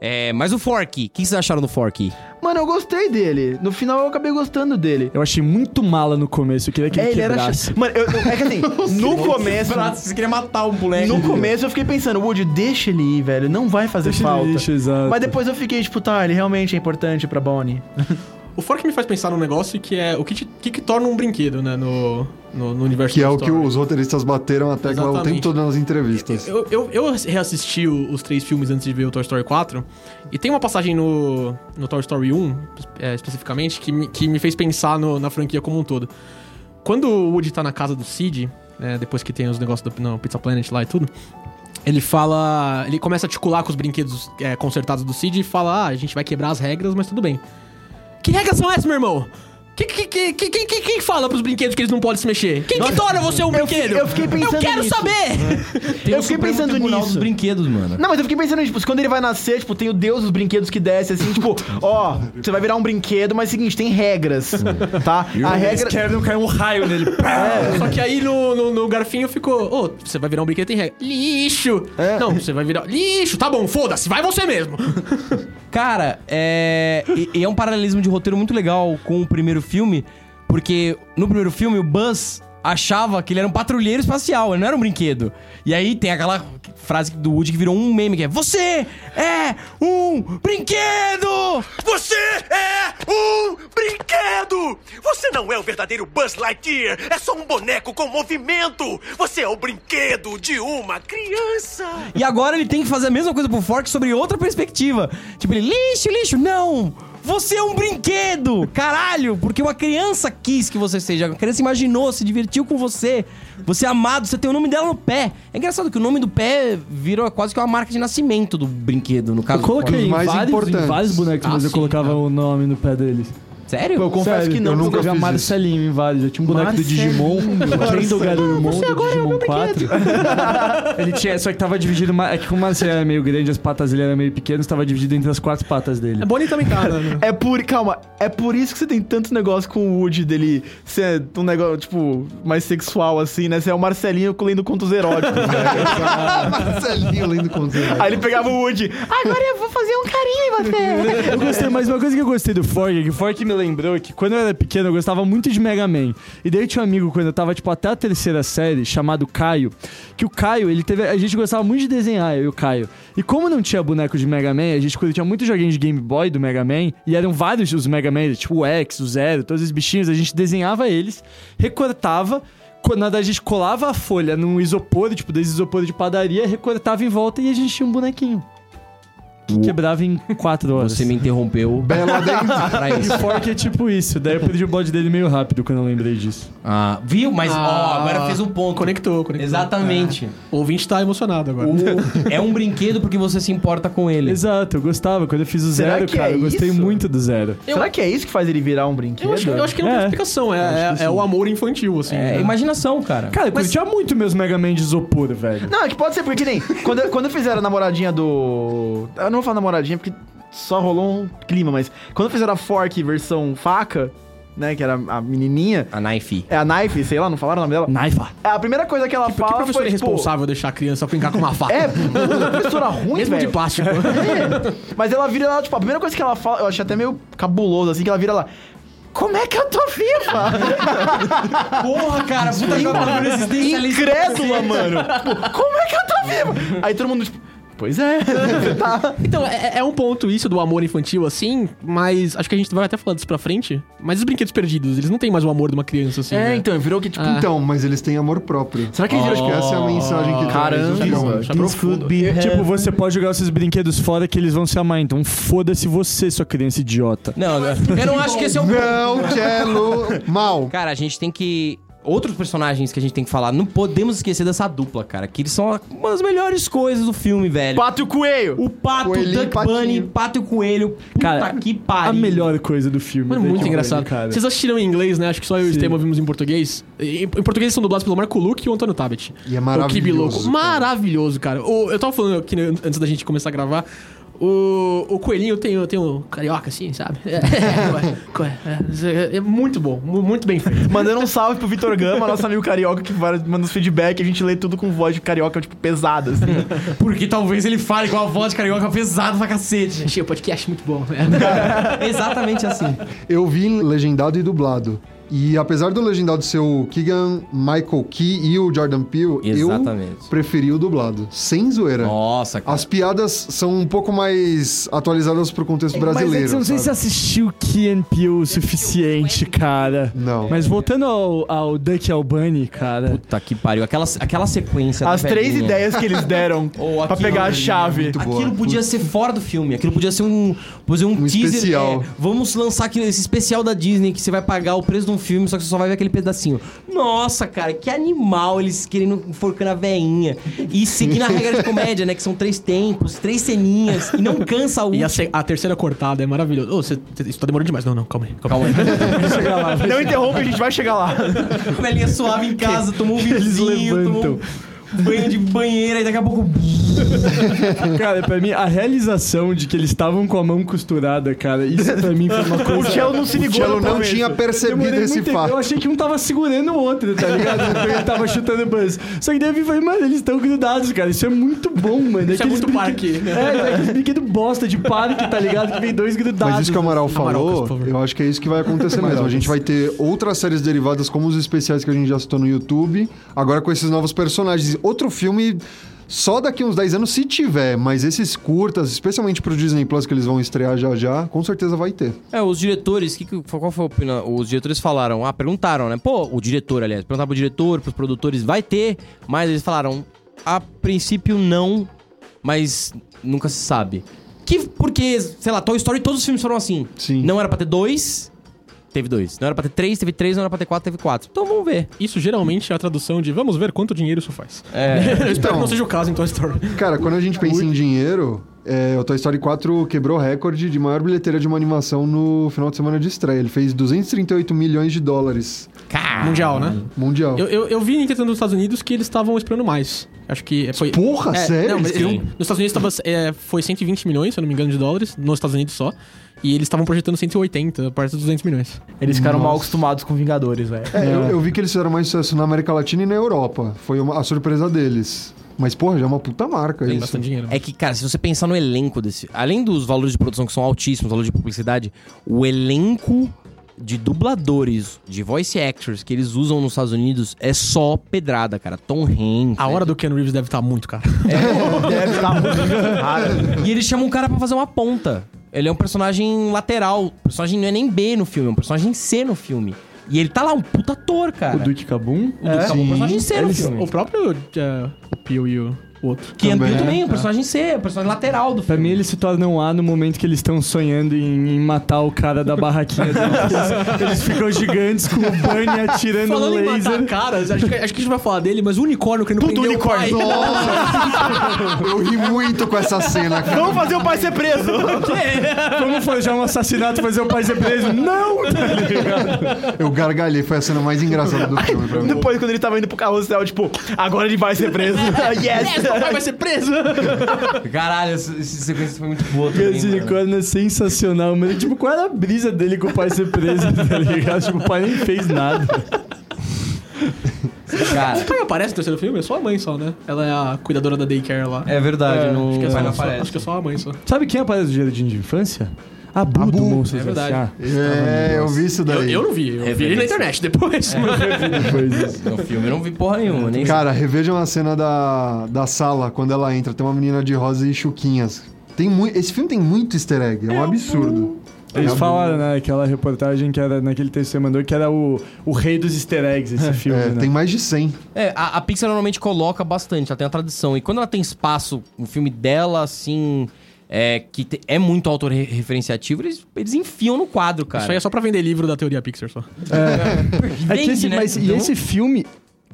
Speaker 2: É, mas o Fork, o que vocês acharam do Fork?
Speaker 5: Mano, eu gostei dele. No final eu acabei gostando dele.
Speaker 3: Eu achei muito mala no começo, eu queria que ele,
Speaker 5: É, ele era.
Speaker 3: quebrasse.
Speaker 5: chato. Mano, eu, eu- é que assim, no começo.
Speaker 2: Você queria matar o moleque.
Speaker 5: No começo eu fiquei pensando, Woody, deixa ele ir, velho. Não vai fazer
Speaker 3: Deixa ele
Speaker 5: falta.
Speaker 3: lixo, exato.
Speaker 5: Mas depois eu fiquei, tipo, tá, ele realmente é importante pra Bonnie.
Speaker 4: O Fork me faz pensar num negócio que é o que, te- que, que torna um brinquedo, né? No, no, no universo
Speaker 6: Que
Speaker 4: da
Speaker 6: é o que
Speaker 4: história.
Speaker 6: os roteiristas bateram a tecla o
Speaker 4: Exatamente.
Speaker 6: tempo todo nas entrevistas.
Speaker 4: Eu, eu, eu reassisti o- os três filmes antes de ver o Toy Story 4. E tem uma passagem no, no Toy Story 1, é, especificamente, que me, que me fez pensar no- na franquia como um todo. Quando o Woody tá na casa do Sid, né, depois que tem os negócios do não, Pizza Planet lá e tudo, ele fala. Ele começa a articular com os brinquedos é, consertados do Sid e fala: Ah, a gente vai quebrar as regras, mas tudo bem. Que regras são essas, meu irmão? Que- que- que- que- Quem quem- quem fala pros brinquedos que eles não podem se mexer? Quem que torna você um brinquedo?
Speaker 5: eu fiquei pensando
Speaker 4: Eu quero
Speaker 5: nisso. É.
Speaker 4: saber!
Speaker 3: um
Speaker 5: eu fiquei pensando nisso.
Speaker 2: brinquedos, mano.
Speaker 5: Não, mas eu fiquei pensando, tipo, se quando ele vai nascer, tipo, tem o deus dos brinquedos que desce, assim, tipo, ó, você vai virar um brinquedo, mas é o seguinte, tem regras, tá? A regra...
Speaker 7: Quero cair um raio nele.
Speaker 4: Só que aí no, no, no garfinho ficou, ô, você vai virar um brinquedo tem regra. Lixo! Não, você vai virar. Lixo, tá bom, foda-se, vai você mesmo!
Speaker 2: Cara, é. e, e é um paralelismo de roteiro muito legal com o primeiro filme, porque no primeiro filme o Buzz achava que ele era um patrulheiro espacial, ele não era um brinquedo. E aí tem aquela frase do Woody que virou um meme, que é Você é um brinquedo!
Speaker 8: Você é um brinquedo! Você não é o verdadeiro Buzz Lightyear! É só um boneco com movimento! Você é o brinquedo de uma criança!
Speaker 2: E agora ele tem que fazer a mesma coisa pro Fork sobre outra perspectiva. Tipo, ele, lixo, lixo, não! Você é um brinquedo! Caralho! Porque uma criança quis que você seja. Uma criança imaginou, se divertiu com você. Você é amado, você tem o nome dela no pé. É engraçado que o nome do pé virou quase que uma marca de nascimento do brinquedo, no caso.
Speaker 3: Eu
Speaker 2: do
Speaker 3: coloquei
Speaker 6: Os
Speaker 3: em
Speaker 6: mais
Speaker 3: vários, em
Speaker 6: importantes.
Speaker 3: vários bonecos,
Speaker 4: Ah,
Speaker 3: mas eu
Speaker 4: sim,
Speaker 3: colocava
Speaker 4: cara.
Speaker 3: o nome no pé deles.
Speaker 2: Fork. Sério?
Speaker 5: Eu confesso
Speaker 3: Sério,
Speaker 5: que não.
Speaker 3: Eu
Speaker 6: nunca
Speaker 3: colocava
Speaker 6: fiz
Speaker 3: Marcelinho em vários. Eu tinha um boneco
Speaker 5: Marcelinho.
Speaker 3: do Digimon, o Kendall Garurumon do Digimon 4. Ele tinha, só que tava dividido, ma- é que como o Marcelinho era meio grande, as patas dele eram meio pequenas, tava dividido entre as quatro patas dele.
Speaker 4: É Bonnie também tá, né?
Speaker 5: É por. Calma, é por isso que você tem tanto negócio com o Woody dele ser um negócio, tipo, mais sexual, assim, né? Você é o Marcelinho lendo contos eróticos. né?
Speaker 6: Marcelinho lendo com os
Speaker 5: Aí ele pegava o Woody. Agora eu vou fazer um carinho em você.
Speaker 3: Eu gostei, mas uma coisa que eu gostei do Fork, que o Fork me lembrou é que quando eu era pequeno eu gostava muito de Mega Man. E daí eu tinha um amigo quando eu tava, tipo, até a terceira série, chamado Caio, que o Caio, ele teve. A gente gostava muito de desenhar, eu e o Caio. E como não tinha boneco de Mega Man, a gente quando tinha muitos joguinhos de Game Boy do Mega Man, e eram vários os Mega Man, tipo o X, o Zero, todos esses bichinhos, a gente desenhava eles, recortava. co- Na verdade, a gente colava a folha num isopor, tipo, desse isopor de padaria, recortava em volta e a gente tinha um bonequinho. Que quebrava em quatro horas.
Speaker 2: Você me interrompeu
Speaker 6: Bela dentro.
Speaker 2: pra isso.
Speaker 3: Fork é tipo isso. Daí eu perdi o bode dele meio rápido quando eu lembrei disso.
Speaker 2: Ah, viu? Mas, ó,
Speaker 4: Ah.
Speaker 2: agora fez um ponto.
Speaker 4: Conectou, conectou.
Speaker 2: Exatamente.
Speaker 4: O ouvinte tá emocionado agora.
Speaker 2: O- é um brinquedo porque você se importa com ele.
Speaker 3: Exato, eu gostava. Quando eu fiz o
Speaker 5: Será
Speaker 3: zero,
Speaker 5: que
Speaker 3: cara,
Speaker 5: é
Speaker 3: eu gostei
Speaker 5: isso?
Speaker 3: muito do zero.
Speaker 5: Será que é isso que faz ele virar um brinquedo?
Speaker 4: Eu acho, eu acho que não tem
Speaker 3: É.
Speaker 4: explicação, é, é, é o amor infantil, assim.
Speaker 2: É
Speaker 4: né?
Speaker 2: imaginação, cara.
Speaker 3: Cara, eu curtia muito meus Mega Man de isopor, velho.
Speaker 5: Não, é que pode ser, porque que nem. quando, quando fizeram a namoradinha do. Eu não vou falar namoradinha porque só rolou um clima, mas. Quando fizeram a Fork versão faca, né? Que era a menininha.
Speaker 4: Ah.
Speaker 2: A knife.
Speaker 5: É a Knife, sei lá, não falaram o nome dela? É,
Speaker 3: Naifa.
Speaker 5: A primeira coisa que ela
Speaker 4: Por que
Speaker 5: fala
Speaker 4: professor
Speaker 5: foi.
Speaker 4: é
Speaker 5: tipo,
Speaker 4: responsável deixar a criança brincar com uma faca?
Speaker 5: É, professora ruim,
Speaker 4: Mesmo de
Speaker 5: velho.
Speaker 4: plástico.
Speaker 5: É. Mas ela vira lá, tipo, a primeira coisa que ela fala, eu achei até meio cabuloso, assim, que ela vira lá. Como é que eu tô viva?
Speaker 2: Porra, cara, puta que
Speaker 5: Incrédula, mano. Tipo, Como é que eu tô viva? Aí todo mundo, tipo, Pois é. tá.
Speaker 4: Então, é, é um ponto isso do amor infantil, assim, mas acho que a gente vai até falar disso pra frente. Mas os brinquedos perdidos, eles não têm mais o amor de uma criança, assim.
Speaker 5: É,
Speaker 4: né?
Speaker 5: então, virou que, tipo,
Speaker 6: Então, mas eles têm amor próprio.
Speaker 5: será que eles viram,
Speaker 6: Acho que essa é a mensagem que
Speaker 5: Caramba.
Speaker 6: traz o filme.
Speaker 4: Isso é profundo.
Speaker 3: Tipo, você pode jogar os seus brinquedos fora que eles vão se amar. Então foda-se você, sua criança idiota.
Speaker 2: Não, não, eu não acho que esse é um.
Speaker 6: Não, Cello, mal.
Speaker 2: Cara, a gente tem que. Outros personagens que a gente tem que falar, não podemos esquecer dessa dupla, cara. Que eles são uma das melhores coisas do filme, velho.
Speaker 5: Pato e o Coelho.
Speaker 2: O Pato, o
Speaker 6: Coelhinho e
Speaker 2: Duck
Speaker 6: Patinho.
Speaker 2: Bunny, Pato e o Coelho. Puta
Speaker 3: Cara,
Speaker 2: que pariu.
Speaker 3: A melhor coisa do filme.
Speaker 4: Mano,
Speaker 3: né,
Speaker 4: muito
Speaker 3: que eu
Speaker 4: engraçado.
Speaker 3: falei,
Speaker 4: Vocês assistiram em inglês, né? Acho que só eu e o
Speaker 3: Sim.
Speaker 4: Estevam vimos em português. E- Em português eles são dublados pelo Marco Luque e o Antônio Tabet.
Speaker 6: E é
Speaker 4: O Kibi Louco.
Speaker 6: maravilhoso. cara.
Speaker 4: Maravilhoso, cara. O- eu tava falando aqui né, antes da gente começar a gravar. O, o coelhinho tem, tem um carioca, assim, sabe? É, é, é, é muito bom, mu- muito bem feito. né?
Speaker 5: Mandando um salve pro Vitor Gama, nosso amigo carioca, que vai- manda os feedback. A gente lê tudo com voz de carioca, tipo, pesada, assim.
Speaker 2: Porque talvez ele fale com a voz de carioca pesada pra cacete.
Speaker 4: Achei o podcast muito bom. né?
Speaker 2: Exatamente assim.
Speaker 6: Eu vi legendado e dublado. E apesar do legendado ser o Keegan, Michael Key e o Jordan Peele,
Speaker 2: Exatamente.
Speaker 6: eu preferi o dublado. Sem zoeira.
Speaker 2: Nossa, cara.
Speaker 6: As piadas são um pouco mais atualizadas pro contexto brasileiro.
Speaker 3: Mas é que eu não sei se
Speaker 6: sabe?
Speaker 3: assistiu KNP o suficiente, cara.
Speaker 6: Não.
Speaker 3: Mas voltando ao, ao Duck Albany, cara.
Speaker 2: Puta que pariu. Aquela, aquela sequência. da
Speaker 5: As três
Speaker 2: velhinha.
Speaker 5: ideias que eles deram
Speaker 2: Ou
Speaker 5: pra
Speaker 2: aquilo
Speaker 5: pegar a
Speaker 2: ali,
Speaker 5: chave.
Speaker 6: muito boa.
Speaker 2: Aquilo podia ser fora do filme, aquilo podia ser um, podia ser um,
Speaker 6: Um
Speaker 2: teaser.
Speaker 6: especial.
Speaker 2: é, vamos lançar aqui esse especial da Disney que você vai pagar o preço de um filme, só que você só vai ver aquele pedacinho. Nossa, cara, que animal eles querendo enforcando a veinha. E seguindo a regra de comédia, né? Que são três tempos, três ceninhas, e não cansa o.
Speaker 4: E a, se- a terceira cortada é maravilhosa. Ô, cê- isso tá demorando demais. Não, não, calma aí. Calma, aí.
Speaker 5: Não interrompe, a gente vai chegar lá.
Speaker 2: velhinha suave em casa, tomou um
Speaker 3: Eles
Speaker 2: vinhozinho, tomou um banho de banheira, e daqui a pouco.
Speaker 3: Cara, pra mim, a realização de que eles estavam com a mão costurada, cara, isso pra mim foi uma
Speaker 5: O
Speaker 3: coisa.
Speaker 5: Cello não se
Speaker 6: O
Speaker 5: ligou
Speaker 6: Cello
Speaker 5: no
Speaker 6: não
Speaker 5: começo.
Speaker 6: tinha
Speaker 3: Eu
Speaker 6: percebido
Speaker 3: demorei
Speaker 6: esse
Speaker 3: muito tempo, Eu
Speaker 6: fato.
Speaker 3: achei que um tava segurando o outro, tá ligado? Então ele tava chutando o buzz. Só que daí eu vi e falei, mano, eles estão grudados, cara. Isso é muito bom, mano.
Speaker 4: Isso é muito parque.
Speaker 3: É, é aqueles brinquedos bosta de parque, tá ligado? Que vem dois grudados.
Speaker 6: Mas isso que é o Amaral falou,
Speaker 4: por favor.
Speaker 6: eu acho que é isso que vai acontecer mesmo. A gente vai ter outras séries derivadas, como os especiais que a gente já citou no YouTube, agora com esses novos personagens. Outro filme. Só daqui uns 10 anos, se tiver, mas esses curtas, especialmente pro Disney Plus que eles vão estrear já já, com certeza vai ter.
Speaker 2: É, os diretores, que, que- qual foi a opinião? Os diretores falaram, ah, perguntaram, né? Pô, o diretor, aliás, perguntaram pro diretor, pros produtores, vai ter, mas eles falaram, a princípio não, mas nunca se sabe. Que, porque, sei lá, Toy Story, todos os filmes foram assim.
Speaker 6: Sim.
Speaker 2: Não era pra ter dois, teve dois. Não era pra ter três, teve três. Não era pra ter quatro, teve quatro. Então vamos ver.
Speaker 4: Isso geralmente é a tradução de vamos ver quanto dinheiro isso faz.
Speaker 2: É.
Speaker 4: Eu espero que não
Speaker 6: Então.
Speaker 4: seja o caso em Toy Story.
Speaker 6: Cara, quando a gente pensa em dinheiro, é, o Toy Story 4 quebrou o recorde de maior bilheteira de uma animação no final de semana de estreia. Ele fez 238 milhões de dólares
Speaker 2: Cara,
Speaker 4: Mundial, né?
Speaker 6: mundial.
Speaker 4: Eu, eu, eu vi em questão dos Estados Unidos que eles estavam esperando mais. Acho que foi.
Speaker 6: Porra,
Speaker 4: É,
Speaker 6: sério?
Speaker 4: Não, mas
Speaker 6: Eles
Speaker 4: eu-
Speaker 6: queriam-
Speaker 4: nos Estados Unidos tava, é, foi 120 milhões, se eu não me engano, de dólares, nos Estados Unidos só. E eles estavam projetando 180, perto dos 200 milhões.
Speaker 5: Eles ficaram mal acostumados com Vingadores, velho.
Speaker 6: É, eu, eu vi que eles fizeram mais sucesso na América Latina e na Europa. Foi uma- a surpresa deles. Mas, porra, já é uma puta marca
Speaker 4: Tem
Speaker 6: isso.
Speaker 4: bastante dinheiro. né?
Speaker 2: É que, cara, se você pensar no elenco desse. Além dos valores de produção que são altíssimos, valor de publicidade, o elenco de dubladores, de voice actors que eles usam nos Estados Unidos é só pedrada, cara. Tom Hanks.
Speaker 4: A
Speaker 2: né?
Speaker 4: hora do Ken Reeves deve estar muito cara.
Speaker 5: Deve estar muito raro.
Speaker 2: E eles chamam um cara pra fazer uma ponta. Ele é um personagem lateral. O personagem não é nem B no filme, é um personagem C no filme. E ele tá lá, um puta ator, cara.
Speaker 3: O Duke Kabum?
Speaker 2: É um personagem C no filme.
Speaker 4: o próprio é, o Pio e o o outro.
Speaker 2: Que também,
Speaker 6: também,
Speaker 2: também é um personagem C, é um personagem lateral do
Speaker 3: Pra
Speaker 2: filme.
Speaker 3: mim, eles se tornam A no momento que eles estão sonhando em, em matar o cara da barraquinha. deles. eles ficam gigantes com o Bunny atirando
Speaker 6: um
Speaker 4: Falando em
Speaker 3: laser.
Speaker 4: matar caras, acho que, acho que a gente vai falar dele, mas o unicórnio que não
Speaker 5: Puto
Speaker 4: prendeu
Speaker 5: unicórnio.
Speaker 4: o pai.
Speaker 6: Nossa! eu ri muito com essa cena, cara.
Speaker 5: Vamos fazer o pai ser preso.
Speaker 3: Vamos forjar um assassinato, fazer o pai ser preso? Não!
Speaker 6: Eu gargalhei, foi a cena mais engraçada do filme pra mim.
Speaker 5: Depois, quando ele tava indo pro carrossel, tipo, agora ele vai ser preso.
Speaker 4: O
Speaker 5: yes!
Speaker 4: pai vai ser preso.
Speaker 2: Caralho, essa, essa sequência foi muito boa também,
Speaker 3: Esse
Speaker 2: mano.
Speaker 3: unicórnio é sensacional, mano. Tipo, qual era a brisa dele com o pai ser preso, tá ligado? Tipo, o pai nem fez nada.
Speaker 2: Cara,
Speaker 4: O pai aparece no terceiro filme? É só a mãe só, né? Ela é a cuidadora da daycare lá.
Speaker 2: é verdade.
Speaker 4: É,
Speaker 2: no...
Speaker 4: acho, que é só,
Speaker 2: Mas não
Speaker 4: só-
Speaker 2: aparece.
Speaker 4: acho que é só a mãe só.
Speaker 3: Sabe quem aparece no jardim de infância? Abu,
Speaker 6: Abu,
Speaker 3: do Monstros
Speaker 4: é verdade.
Speaker 3: S.A.
Speaker 6: É, eu vi isso
Speaker 4: Eu,
Speaker 6: daí.
Speaker 4: eu não vi, eu vi na internet depois.
Speaker 3: Ah, é.
Speaker 2: No filme eu não vi porra nenhuma, nem
Speaker 6: Cara, revejam a cena da, da sala, quando ela entra. Tem uma menina de rosa e chuquinhas. Tem muito, esse filme tem muito easter egg, é um absurdo.
Speaker 3: Eles
Speaker 6: É,
Speaker 3: falaram, né, aquela reportagem que era naquele texto que você mandou, que era o, o rei dos easter eggs esse filme,
Speaker 6: É,
Speaker 3: né?
Speaker 6: tem mais de 100.
Speaker 2: É, a, a Pixar normalmente coloca bastante, ela tem a tradição. E quando ela tem espaço, um filme dela, assim, é, que te- é muito autorreferenciativo, eles, eles enfiam no quadro, cara.
Speaker 4: Isso aí é só pra vender livro da teoria Pixar só.
Speaker 3: É que esse,
Speaker 2: né?
Speaker 3: mas, e
Speaker 2: Então-
Speaker 3: esse filme,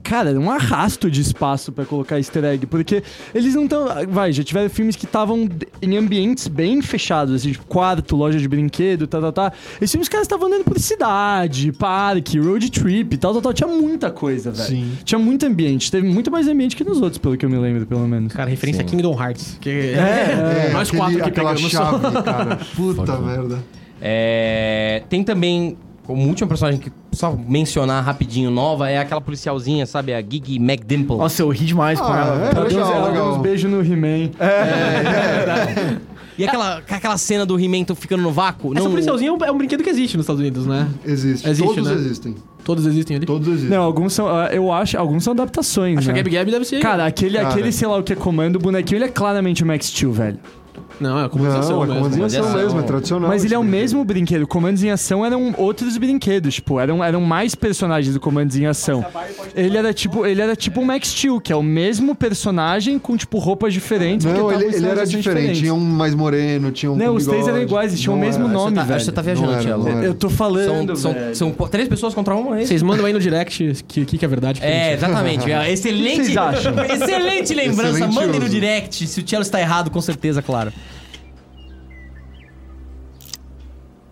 Speaker 3: cara, é um arrasto de espaço pra colocar easter egg, porque eles não estão. Vai, já tiveram filmes que estavam d- em ambientes bem fechados, assim, tipo quarto, loja de brinquedo, tá, tá, tá. Esses filmes, caras estavam andando por cidade, parque, road trip, tal, tal, tal. Tinha muita coisa, velho.
Speaker 6: Sim.
Speaker 3: Tinha muito ambiente, teve muito mais ambiente que nos outros, pelo que eu me lembro, pelo menos.
Speaker 4: Cara, referência a Kingdom Hearts. Que
Speaker 6: É,
Speaker 4: é, nós
Speaker 6: aquele-
Speaker 4: quatro que
Speaker 6: aquela
Speaker 4: pegamos só.
Speaker 6: chave, cara. Puta merda.
Speaker 2: É, tem também, como última personagem que só mencionar rapidinho, nova, é aquela policialzinha, sabe? A Gigi McDimple.
Speaker 5: Nossa, eu ri demais com ela.
Speaker 6: Ah, é,
Speaker 3: Ela deu-
Speaker 6: legal,
Speaker 3: ela deu uns
Speaker 6: legal. É.
Speaker 3: beijos no He-Man.
Speaker 2: E aquela, aquela cena do Rimento ficando no vácuo.
Speaker 4: Essa
Speaker 2: não,
Speaker 4: policialzinha é um- é um brinquedo que existe nos Estados Unidos, né?
Speaker 6: Existe.
Speaker 4: Existe,
Speaker 6: Todos
Speaker 4: né?
Speaker 6: existem.
Speaker 4: Todos existem ali.
Speaker 6: Todos existem.
Speaker 3: Não, alguns são. ah, Eu acho, alguns são adaptações.
Speaker 4: Acho que é a
Speaker 3: né?
Speaker 4: Gab Gab deve ser.
Speaker 3: Cara, aquele,
Speaker 6: Cara.
Speaker 3: aquele, sei lá o que é comando, o bonequinho, ele é claramente o Max Steel, velho.
Speaker 4: Não, é
Speaker 6: Não,
Speaker 4: comunicação
Speaker 6: é
Speaker 4: mesmo.
Speaker 6: comandiação mesmo, é tradicional.
Speaker 3: Mas ele é o
Speaker 6: isso daí.
Speaker 3: mesmo brinquedo. Comandos em ação eram outros brinquedos, tipo, eram, eram mais personagens do Comandos em ação. Ele era tipo, ele era tipo um Max Steel, que é o mesmo personagem com tipo roupas diferentes. porque
Speaker 6: Não,
Speaker 3: tava
Speaker 6: ele,
Speaker 3: usando
Speaker 6: ele era
Speaker 3: ações
Speaker 6: diferente.
Speaker 3: diferentes.
Speaker 6: Tinha um mais moreno, tinha um.
Speaker 3: Não,
Speaker 6: com
Speaker 3: os três
Speaker 6: bigode.
Speaker 3: eram iguais, eles tinham o
Speaker 6: Não é.
Speaker 3: mesmo
Speaker 6: era.
Speaker 4: é
Speaker 3: nome,
Speaker 2: tá- acho que
Speaker 3: velho.
Speaker 2: você tá viajando,
Speaker 6: Não era,
Speaker 2: Tielo.
Speaker 6: não é. era.
Speaker 3: Eu tô
Speaker 2: São,
Speaker 3: falando,
Speaker 2: são,
Speaker 3: velho.
Speaker 2: são po- três pessoas contra uma, é isso?
Speaker 4: Vocês mandam aí no direct que, que, que é verdade. que
Speaker 2: É,
Speaker 4: é mentira.
Speaker 2: exatamente. É, Excelente.
Speaker 3: né? O que vocês acham?
Speaker 2: Excelente lembrança.
Speaker 6: Excelente
Speaker 2: Mandem no
Speaker 6: uso.
Speaker 2: direct. Se o Tielo está errado, com certeza, claro.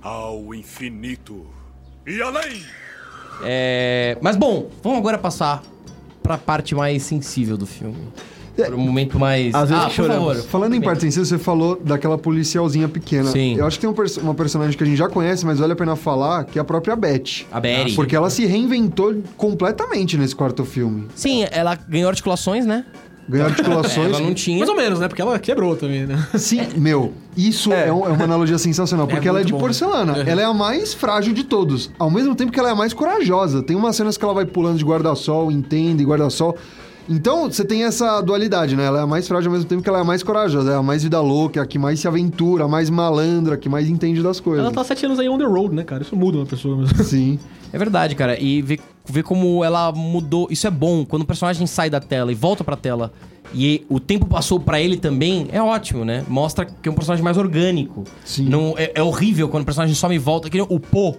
Speaker 1: Ao infinito e além!
Speaker 2: É, Mas bom, vamos agora passar pra parte mais sensível do filme. Pro momento mais.
Speaker 5: É. Às vezes
Speaker 2: ah, por
Speaker 5: choramos.
Speaker 2: favor.
Speaker 6: Falando em parte sensível, você falou daquela policialzinha pequena.
Speaker 2: Sim.
Speaker 6: Eu acho que tem um perso- uma personagem que a gente já conhece, mas vale a pena falar, que é a própria Beth.
Speaker 2: A Betty.
Speaker 6: Porque ela se reinventou completamente nesse quarto filme.
Speaker 2: Sim, ela ganhou articulações, né?
Speaker 6: Ganhou articulações.
Speaker 2: É, Ela não tinha.
Speaker 4: Mais ou menos, né? Porque ela quebrou também, né?
Speaker 6: Sim, meu, isso é, um- é uma analogia sensacional, porque ela é
Speaker 4: muito
Speaker 6: de
Speaker 4: bom.
Speaker 6: porcelana. Ela é a mais frágil de todos, ao mesmo tempo que ela é a mais corajosa. Tem umas cenas que ela vai pulando de guarda-sol, entende, guarda-sol. Então, você tem essa dualidade, né? Ela é a mais frágil ao mesmo tempo que ela é a mais corajosa, é a mais vida louca, é a que mais se aventura, a mais malandra, a que mais entende das coisas.
Speaker 4: Ela tá sete anos aí on the road, né, cara? Isso muda uma pessoa mesmo.
Speaker 6: Sim.
Speaker 2: É verdade, cara. E ver, ver como ela mudou. Isso é bom. Quando o personagem sai da tela e volta pra tela e o tempo passou pra ele também, é ótimo, né? Mostra que é um personagem mais orgânico.
Speaker 6: Sim.
Speaker 2: Não, é, é horrível quando o personagem some e volta. Que nem o Po.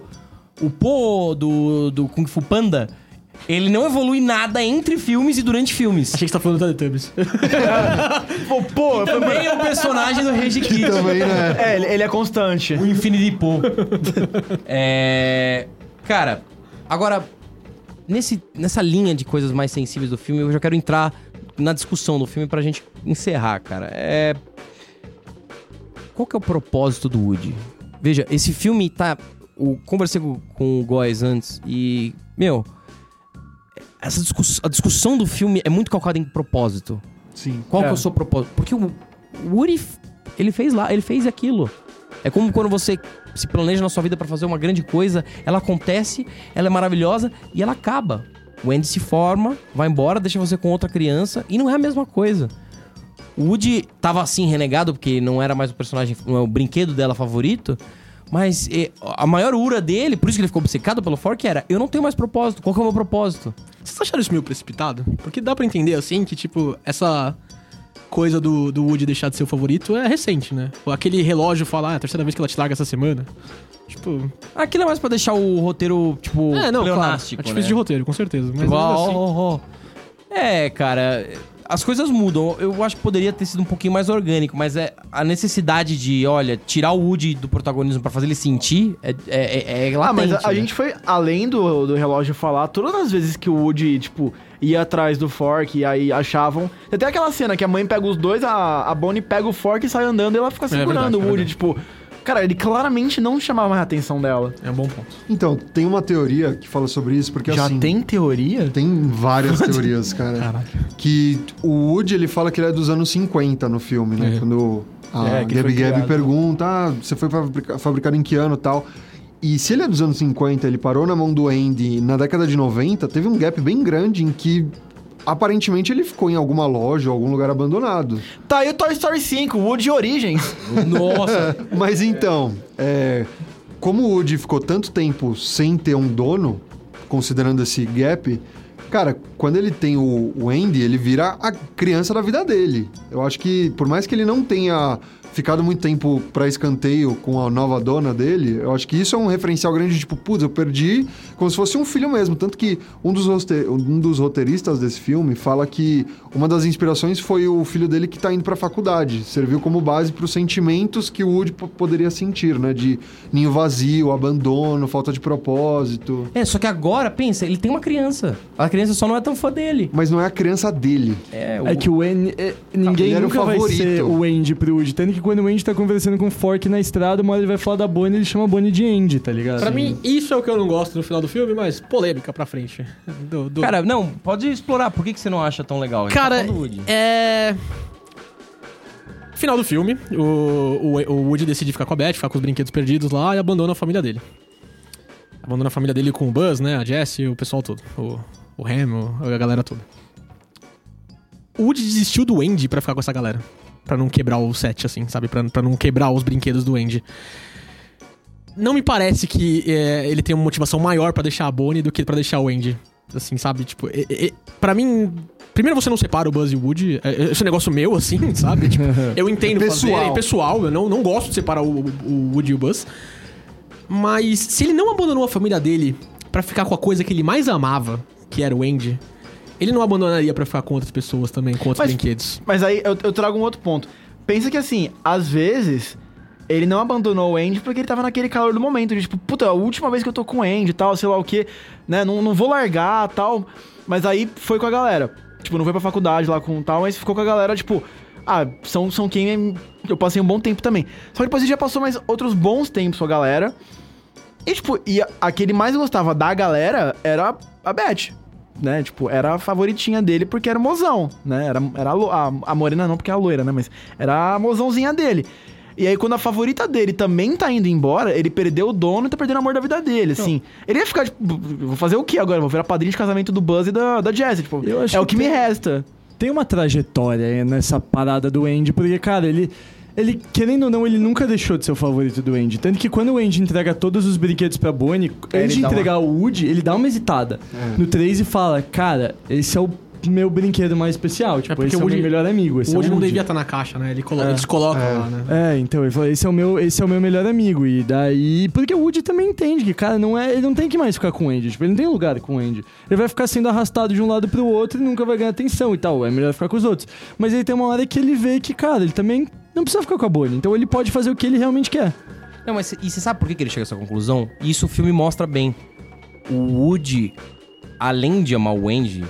Speaker 2: O Po do, do Kung Fu Panda. Ele não evolui nada entre filmes e durante filmes.
Speaker 4: Achei que você tá falando do Teletubbies. tipo,
Speaker 5: Pô,
Speaker 2: Também é o personagem do Rage Kid.
Speaker 6: Também, né?
Speaker 5: é, ele, ele é constante.
Speaker 2: O Infinity Pool. é. Cara, agora. Nesse, nessa linha de coisas mais sensíveis do filme, eu já quero entrar na discussão do filme pra gente encerrar, cara. É. Qual que é o propósito do Woody? Veja, esse filme tá. Eu conversei com, com o Góes antes e. Meu. Essa discuss, a discussão do filme é muito calcada em propósito.
Speaker 6: Sim.
Speaker 2: Qual que é
Speaker 3: É.
Speaker 2: o seu propósito? Porque o o Woody, f- ele fez lá, ele fez aquilo. É como quando você se planeja na sua vida pra fazer uma grande coisa, ela acontece, ela é maravilhosa e ela acaba. O Andy se forma, vai embora, deixa você com outra criança e não é a mesma coisa. O Woody tava assim renegado porque não era mais o personagem, não é o brinquedo dela favorito, mas eh, a maior ura dele, por isso que ele ficou obcecado pelo Fork, era: eu não tenho mais propósito. Qual que é o meu propósito?
Speaker 4: Vocês acharam isso meio precipitado? Porque dá pra entender, assim, que, tipo, essa coisa do, do Woody deixar de ser o favorito é recente, né? Aquele relógio falar, ah, é a terceira vez que ela te larga essa semana. Tipo.
Speaker 2: Aquilo é mais pra deixar o roteiro tipo
Speaker 4: é, não, claro.
Speaker 2: pleonástico,
Speaker 4: Artifício
Speaker 2: né?
Speaker 4: de roteiro, com certeza. Mas
Speaker 2: Igual,
Speaker 4: ainda assim,
Speaker 2: ó, ó, ó. É, cara, as coisas mudam. Eu acho que poderia ter sido um pouquinho mais orgânico, mas é a necessidade de, olha, tirar o Woody do protagonismo pra fazer ele sentir é, é, é, é
Speaker 5: Ah, mas
Speaker 2: latente,
Speaker 5: a, a
Speaker 2: né?
Speaker 5: gente foi além do, do relógio falar, todas as vezes que o Woody, tipo, ia atrás do Fork e aí achavam. Tem até aquela cena que a mãe pega os dois, a, a Bonnie pega o Fork e sai andando e ela fica segurando
Speaker 4: verdade,
Speaker 5: o
Speaker 4: é
Speaker 5: Woody,
Speaker 4: verdade.
Speaker 5: tipo. Cara, ele claramente não chamava mais a atenção dela.
Speaker 4: É um bom ponto.
Speaker 6: Então, tem uma teoria que fala sobre isso, porque
Speaker 5: Já
Speaker 6: assim...
Speaker 5: tem teoria?
Speaker 6: Tem várias teorias, cara. Que o Woody, ele fala que ele é dos anos 50 no filme, né? Quando a
Speaker 7: É, que ele foi
Speaker 6: Gabby Gabby
Speaker 7: criado.
Speaker 6: pergunta, ah, você foi fabrica- fabricado em que ano e tal. E se ele é dos anos 50, ele parou na mão do Andy na década de 90, teve um gap bem grande em que... Aparentemente ele ficou em alguma loja ou algum lugar abandonado.
Speaker 5: Tá aí o Toy Story 5, Woody Origins.
Speaker 2: né?
Speaker 7: Nossa.
Speaker 6: Mas então, é, como o Woody ficou tanto tempo sem ter um dono, considerando esse gap, cara, quando ele tem o, o Andy, ele vira a criança da vida dele. Eu acho que, por mais que ele não tenha ficado muito tempo pra escanteio com a nova dona dele, eu acho que isso é um referencial grande, tipo, putz, eu perdi como se fosse um filho mesmo. Tanto que um dos, roste- um dos roteiristas desse filme fala que uma das inspirações foi o filho dele que tá indo pra faculdade. Serviu como base pros sentimentos que o Woody po- poderia sentir, né? De ninho vazio, abandono, falta de propósito.
Speaker 2: É, só que agora, pensa, ele tem uma criança. A criança só não é tão fã dele.
Speaker 6: Mas não é a criança dele.
Speaker 2: É, o...
Speaker 3: É que o Andy. é, ninguém
Speaker 6: Ele era o
Speaker 3: nunca vai
Speaker 6: favorito.
Speaker 3: ser o Andy pro Woody. Tanto que quando o Andy tá conversando com o Fork na estrada, uma hora ele vai falar da Bonnie ele chama a Bonnie de Andy, tá ligado?
Speaker 4: Pra mim, isso é o que eu não gosto no final do filme, mas polêmica pra frente. Do- do-
Speaker 2: Cara, não, pode explorar. Por que, que você não acha tão legal? A gente tá
Speaker 4: Cara,
Speaker 2: falando do Woody.
Speaker 4: é. Final do filme, o, o, o Woody decide ficar com a Beth, ficar com os brinquedos perdidos lá e abandona a família dele. Abandona a família dele com o Buzz, né? A Jessie, o pessoal todo. O, o Ham, o- a galera toda. O Woody desistiu do Andy pra ficar com essa galera. Pra não quebrar o set, assim, sabe? Pra, pra não quebrar os brinquedos do Andy. Não me parece que é, ele tem uma motivação maior pra deixar a Bonnie do que pra deixar o Andy. Assim, sabe? Tipo, e, e, pra mim. Primeiro você não separa o Buzz e o Woody. É, é, Esse negócio meu, assim, sabe? Tipo, eu entendo
Speaker 6: Pessoal.
Speaker 4: fazer, é pessoal. Eu não, não gosto de separar o, o Woody e o Buzz. Mas se ele não abandonou a família dele pra ficar com a coisa que ele mais amava, que era o Andy, ele não abandonaria pra ficar com outras pessoas também, com outros
Speaker 5: Mas-
Speaker 4: brinquedos.
Speaker 5: Mas aí eu, eu trago um outro ponto. Pensa que assim, às vezes. Ele não abandonou o Andy porque ele tava naquele calor do momento. De, tipo, puta, a última vez que eu tô com o Andy e tal, sei lá o quê, né? Não, não vou largar tal. Mas aí foi com a galera. Tipo, não foi pra faculdade lá com tal, mas ficou com a galera, tipo. Ah, são, são quem eu passei um bom tempo também. Só que depois ele já passou mais outros bons tempos com a galera. E, tipo, e a- a que ele mais gostava da galera era a Beth. Né? Tipo, era a favoritinha dele porque era o mozão, né? Era, era a, lo- a, a morena não, porque é a loira, né? Mas era a mozãozinha dele. E aí, quando a favorita dele também tá indo embora, ele perdeu o dono e tá perdendo o amor da vida dele,
Speaker 3: Então.
Speaker 5: assim. Ele ia ficar, tipo, vou fazer o que agora? Vou virar padrinho de casamento do Buzz e da, da Jessie, tipo,
Speaker 3: Eu acho
Speaker 5: é o
Speaker 3: que
Speaker 5: que me
Speaker 3: tem-
Speaker 5: resta.
Speaker 3: tem uma trajetória aí nessa parada do Andy, porque, cara, ele. Ele, querendo ou não, ele nunca deixou de ser o favorito do Andy. Tanto que quando o Andy entrega todos os brinquedos pra Bonnie,
Speaker 5: É,
Speaker 3: antes
Speaker 5: ele
Speaker 3: de
Speaker 5: dá uma- É.
Speaker 3: entregar o Woody, ele dá uma hesitada. No 3 e fala, cara, esse é o meu brinquedo mais especial. Tipo,
Speaker 4: porque
Speaker 3: esse
Speaker 4: o
Speaker 3: é o meu
Speaker 4: Woody-
Speaker 3: melhor amigo. Esse
Speaker 4: o
Speaker 3: é
Speaker 4: Woody
Speaker 3: o
Speaker 4: não
Speaker 3: Woody.
Speaker 4: devia estar na caixa, né? Ele colo- Eles colocam lá, né?
Speaker 3: É, então, ele falou, esse é o meu, esse é o meu melhor amigo. E daí. Porque o Woody também entende que, cara, não é, ele não tem que mais ficar com o Andy. Tipo, ele não tem lugar com o Andy. Ele vai ficar sendo arrastado de um lado pro outro e nunca vai ganhar atenção e tal. É melhor ficar com os outros. Mas aí tem uma hora que ele vê que, cara, ele também não precisa ficar com a Bonnie. Então ele pode fazer o que ele realmente quer.
Speaker 2: Não, mas cê- e você sabe por que que ele chega a essa conclusão? E Isso o filme mostra bem. O Woody, além de amar o Andy,